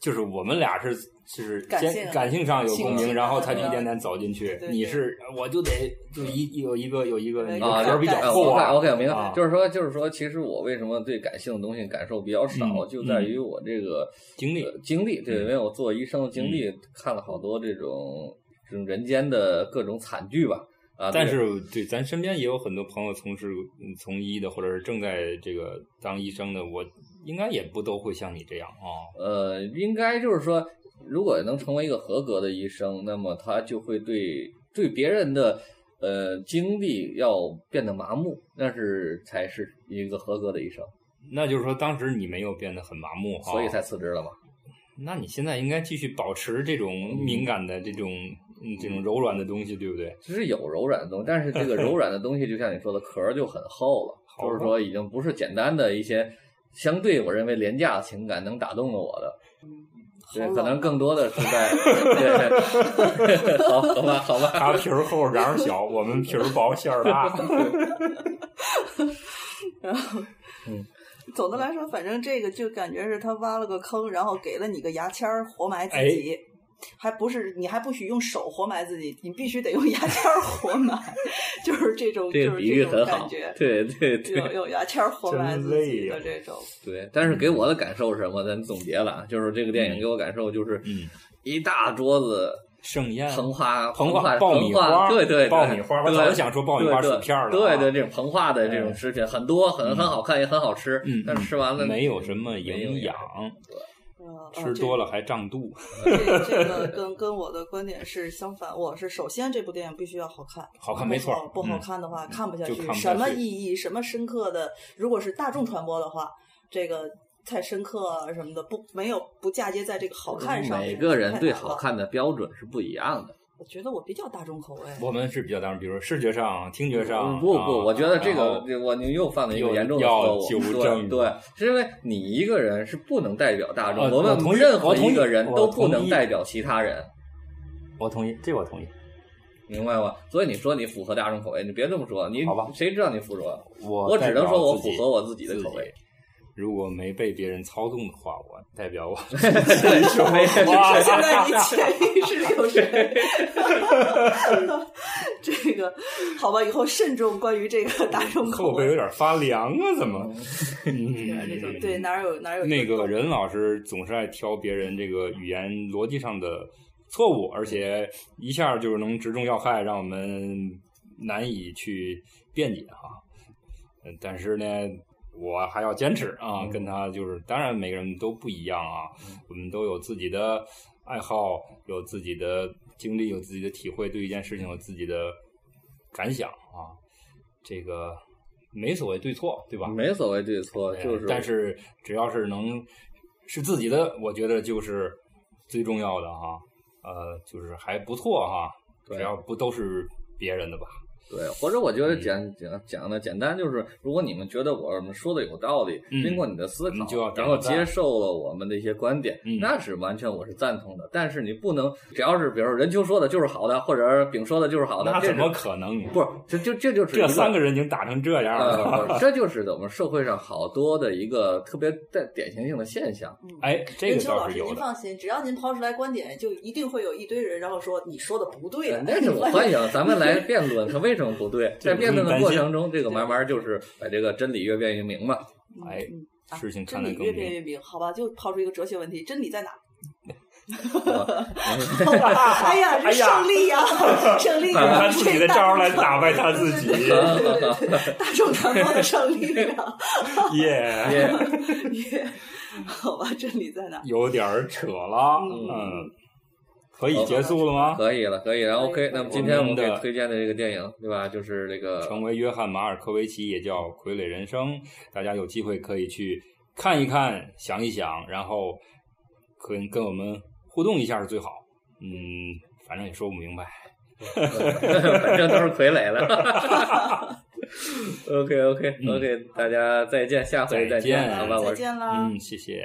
S1: 就是我们俩是就是
S3: 感性
S1: 先感性上有共
S3: 情
S1: 鸣，
S3: 绪
S1: 然后才
S3: 对
S1: 一点点走进去
S3: 对。对
S1: 你是我就得就一有一个有一个
S3: 对
S1: 你
S2: 啊，
S1: 的壳
S2: 就
S1: 儿比较
S3: 感
S1: 厚
S2: 我
S1: 啊。
S2: 我我明白
S1: 啊，
S2: 就是说，就是说，其实我为什么对感性的东西感受比较少，
S1: 嗯
S2: 就在于我这个
S1: 经历
S2: 呃经历，对，
S1: 嗯
S2: 因为我做医生的经历，看了好多这种这种人间的各种惨剧吧，啊，
S1: 但
S2: 这个
S1: 是对咱身边也有很多朋友从事嗯从医的，或者是正在这个当医生的，我应该也不都会像你这样啊。
S2: 呃，应该就是说，如果能成为一个合格的医生，那么他就会对对别人的呃经历要变得麻木，那是才是一个合格的医生，
S1: 那就是说，当时你没有变得很麻木啊，
S2: 所以才辞职了嘛。
S1: 那你现在应该继续保持这
S2: 嗯
S1: 种敏感的、这种嗯这种柔软的东西，对不 对？
S2: 其实有柔软的东西，但是这个柔软的东西，就像你说的，壳儿就很厚了，
S1: 好
S2: 就是说已经不是简单的一些相对我认为廉价的情感能打动了我的，对，
S3: 好
S2: 可
S3: 冷啊
S2: 能更多的是 在，对，好好吧，好吧，
S1: 他皮儿厚，瓤儿小，我们皮儿薄，馅儿 大。
S3: 总的来说，反正这个就感觉是他挖了个坑，然后给了你个牙签儿，活埋
S2: 哎
S3: 自己。还不是你还不许用手活埋自己，你必须得用牙签儿活埋， 就是这种
S2: 这
S3: 就
S2: 个
S3: 是
S2: 比
S3: 这
S2: 喻
S3: 种
S2: 很好
S3: 感觉，，
S2: 对对对
S3: 用用牙签儿活埋自己的
S1: 真
S3: 这种。
S1: 嗯
S2: 对。但是给我的感受是什么？咱总结了啊，就是这个电影给我感受就是，
S1: 嗯，
S2: 一大桌子
S1: 盛宴
S2: 膨化
S1: 膨
S2: 化
S1: 化爆米花，
S2: 对对对，
S1: 爆米花，我
S2: 对
S1: 早就想说爆米花
S2: 对
S1: 薯片了，啊
S2: 对对，这种膨化的这种食品很多，很很好看，也很好吃
S1: 嗯，
S2: 但是吃完了
S1: 没有什么
S2: 没有
S1: 营养，
S3: 哦呃
S1: 吃多了还胀肚。
S3: 这这个跟跟我的观点是相反，我是首先这部电影必须要好看，
S1: 好看没错
S3: 不好不好
S1: 嗯
S3: 看的话、看不下
S1: 就
S3: 去，
S1: 看不下
S3: 什么
S1: 去
S3: 意义，什么深刻的，如果是大众传播的话，这个太深刻啊什么的，不没有不嫁接在这个好看上面。
S2: 每个人
S3: 太
S2: 对
S3: 难
S2: 好
S3: 了，
S2: 看的标准是不一样的。
S3: 我觉得我比较大众口味。
S1: 我们是比较当然，比如说视觉上、听觉上，
S2: 嗯不
S1: 啊
S2: 不，我觉得这
S1: 然
S2: 个
S1: 后
S2: 这我您又犯了一个
S1: 又
S2: 严重的
S1: 要
S2: 错误，
S1: 纠正
S2: 对对，是因为你一个人是不能代表大众，
S1: 呃
S2: 我
S1: 我同
S2: 们
S1: 意
S2: 任何
S1: 我同
S2: 一
S1: 意
S2: 个人
S1: 我
S2: 都
S1: 同
S2: 不能
S1: 意
S2: 代表其他人，
S1: 我同意，这我同意。
S2: 明白吗？所以你说你符合大众口味，你别这么说，你
S1: 好吧
S2: 谁知道你符合？
S1: 我
S2: 我
S1: 我
S2: 只能说我符合我自己的口味。
S1: 如果没被别人操纵的话，我代表我。
S2: 对，是没
S1: 哇
S3: 我现 在你潜意识里有谁？这个好吧，以后慎重关于这个大众口
S1: 后背有
S3: 味。
S1: 点发凉啊，怎么？
S3: 嗯
S1: 嗯
S3: 对对，哪有哪有
S1: 那个任老师总是爱挑别人这个语言逻辑上的错误，而且一下就是能直中要害，让我们难以去辩解哈。嗯，但是呢，我还要坚持啊，跟他就是，当然每个人都不一样啊，我们都有自己的爱好，有自己的经历，有自己的体会，对一件事情有自己的感想啊，这个没所谓对错，对吧？
S2: 没所谓对错，
S1: 哎
S2: 就是
S1: 但是只要是能是自己的，我觉得就是最重要的哈。呃，就是还不错哈，
S2: 对
S1: 只要不都是别人的吧。
S2: 对，或者我觉得
S1: 嗯
S2: 讲讲讲的简单，就是如果你们觉得我们说的有道理，
S1: 嗯
S2: 经过你的思
S1: 你就要
S2: 考，
S1: 点
S2: 然
S1: 个
S2: 后
S1: 赞
S2: 接受了我们的一些观点
S1: 嗯，
S2: 那是完全我是赞同的。但是你不能，只要是比如说任秋说的就是好的，或者丙说的就是好的，
S1: 那
S2: 这
S1: 怎
S2: 是
S1: 么可能？
S2: 不是？这就这就是一
S1: 这三个人已经打成这样了。
S2: 呃，这就是我们社会上好多的一个特别代典型性的现象。
S1: 哎，这
S3: 林
S1: 个
S3: 秋老
S1: 倒是
S3: 师，
S1: 有
S3: 您
S1: 的。
S3: 放心，只要您抛出来观点，就一定会有一堆人，然后说你说的不对
S2: 呃
S3: 了。
S2: 但是我欢迎咱们来辩论，它为什么不对？
S1: 这
S2: 在
S1: 个
S2: 辩论
S1: 不
S2: 的
S1: 用
S2: 过
S1: 担心
S2: 程中，这个慢慢就是把这个真理越辩越明嘛。
S1: 哎
S3: 嗯，啊
S1: 事情看
S3: 真
S1: 得
S3: 理
S1: 更
S3: 越
S1: 明
S3: 辩越明，好吧，就抛出一个哲学问题：真理在哪？
S1: 啊
S3: 哎呀，这
S1: 哎呀
S3: 胜利呀， 胜利呀！
S1: 用他自己的招儿来
S3: 这
S1: 打败他自己
S3: 对对对对对大众传播的胜利呀！
S1: 耶，
S2: 也
S3: 也 好吧，真理 在哪？
S1: 有点儿扯了。
S3: 嗯
S1: 嗯，可以结束了吗？
S2: 可以了，可以了
S3: 可以
S2: ，OK
S3: 可。以
S2: 那么今天我们
S1: 我
S2: 给
S1: 们的
S2: 推荐的这个电影，对吧？就是这个
S1: 成为约翰·马尔科维奇，也叫《傀儡人生》，大家有机会可以去看一看、想一想，然后跟跟我们互动一下是最好。嗯，反正也说不明白。
S2: 反正都是傀儡了。OK OK
S1: 嗯
S2: OK，大家再见，下回
S1: 再
S2: 见，
S1: 见
S2: 好吧？我
S3: 再
S2: 是
S3: 见啦。
S1: 嗯，谢谢。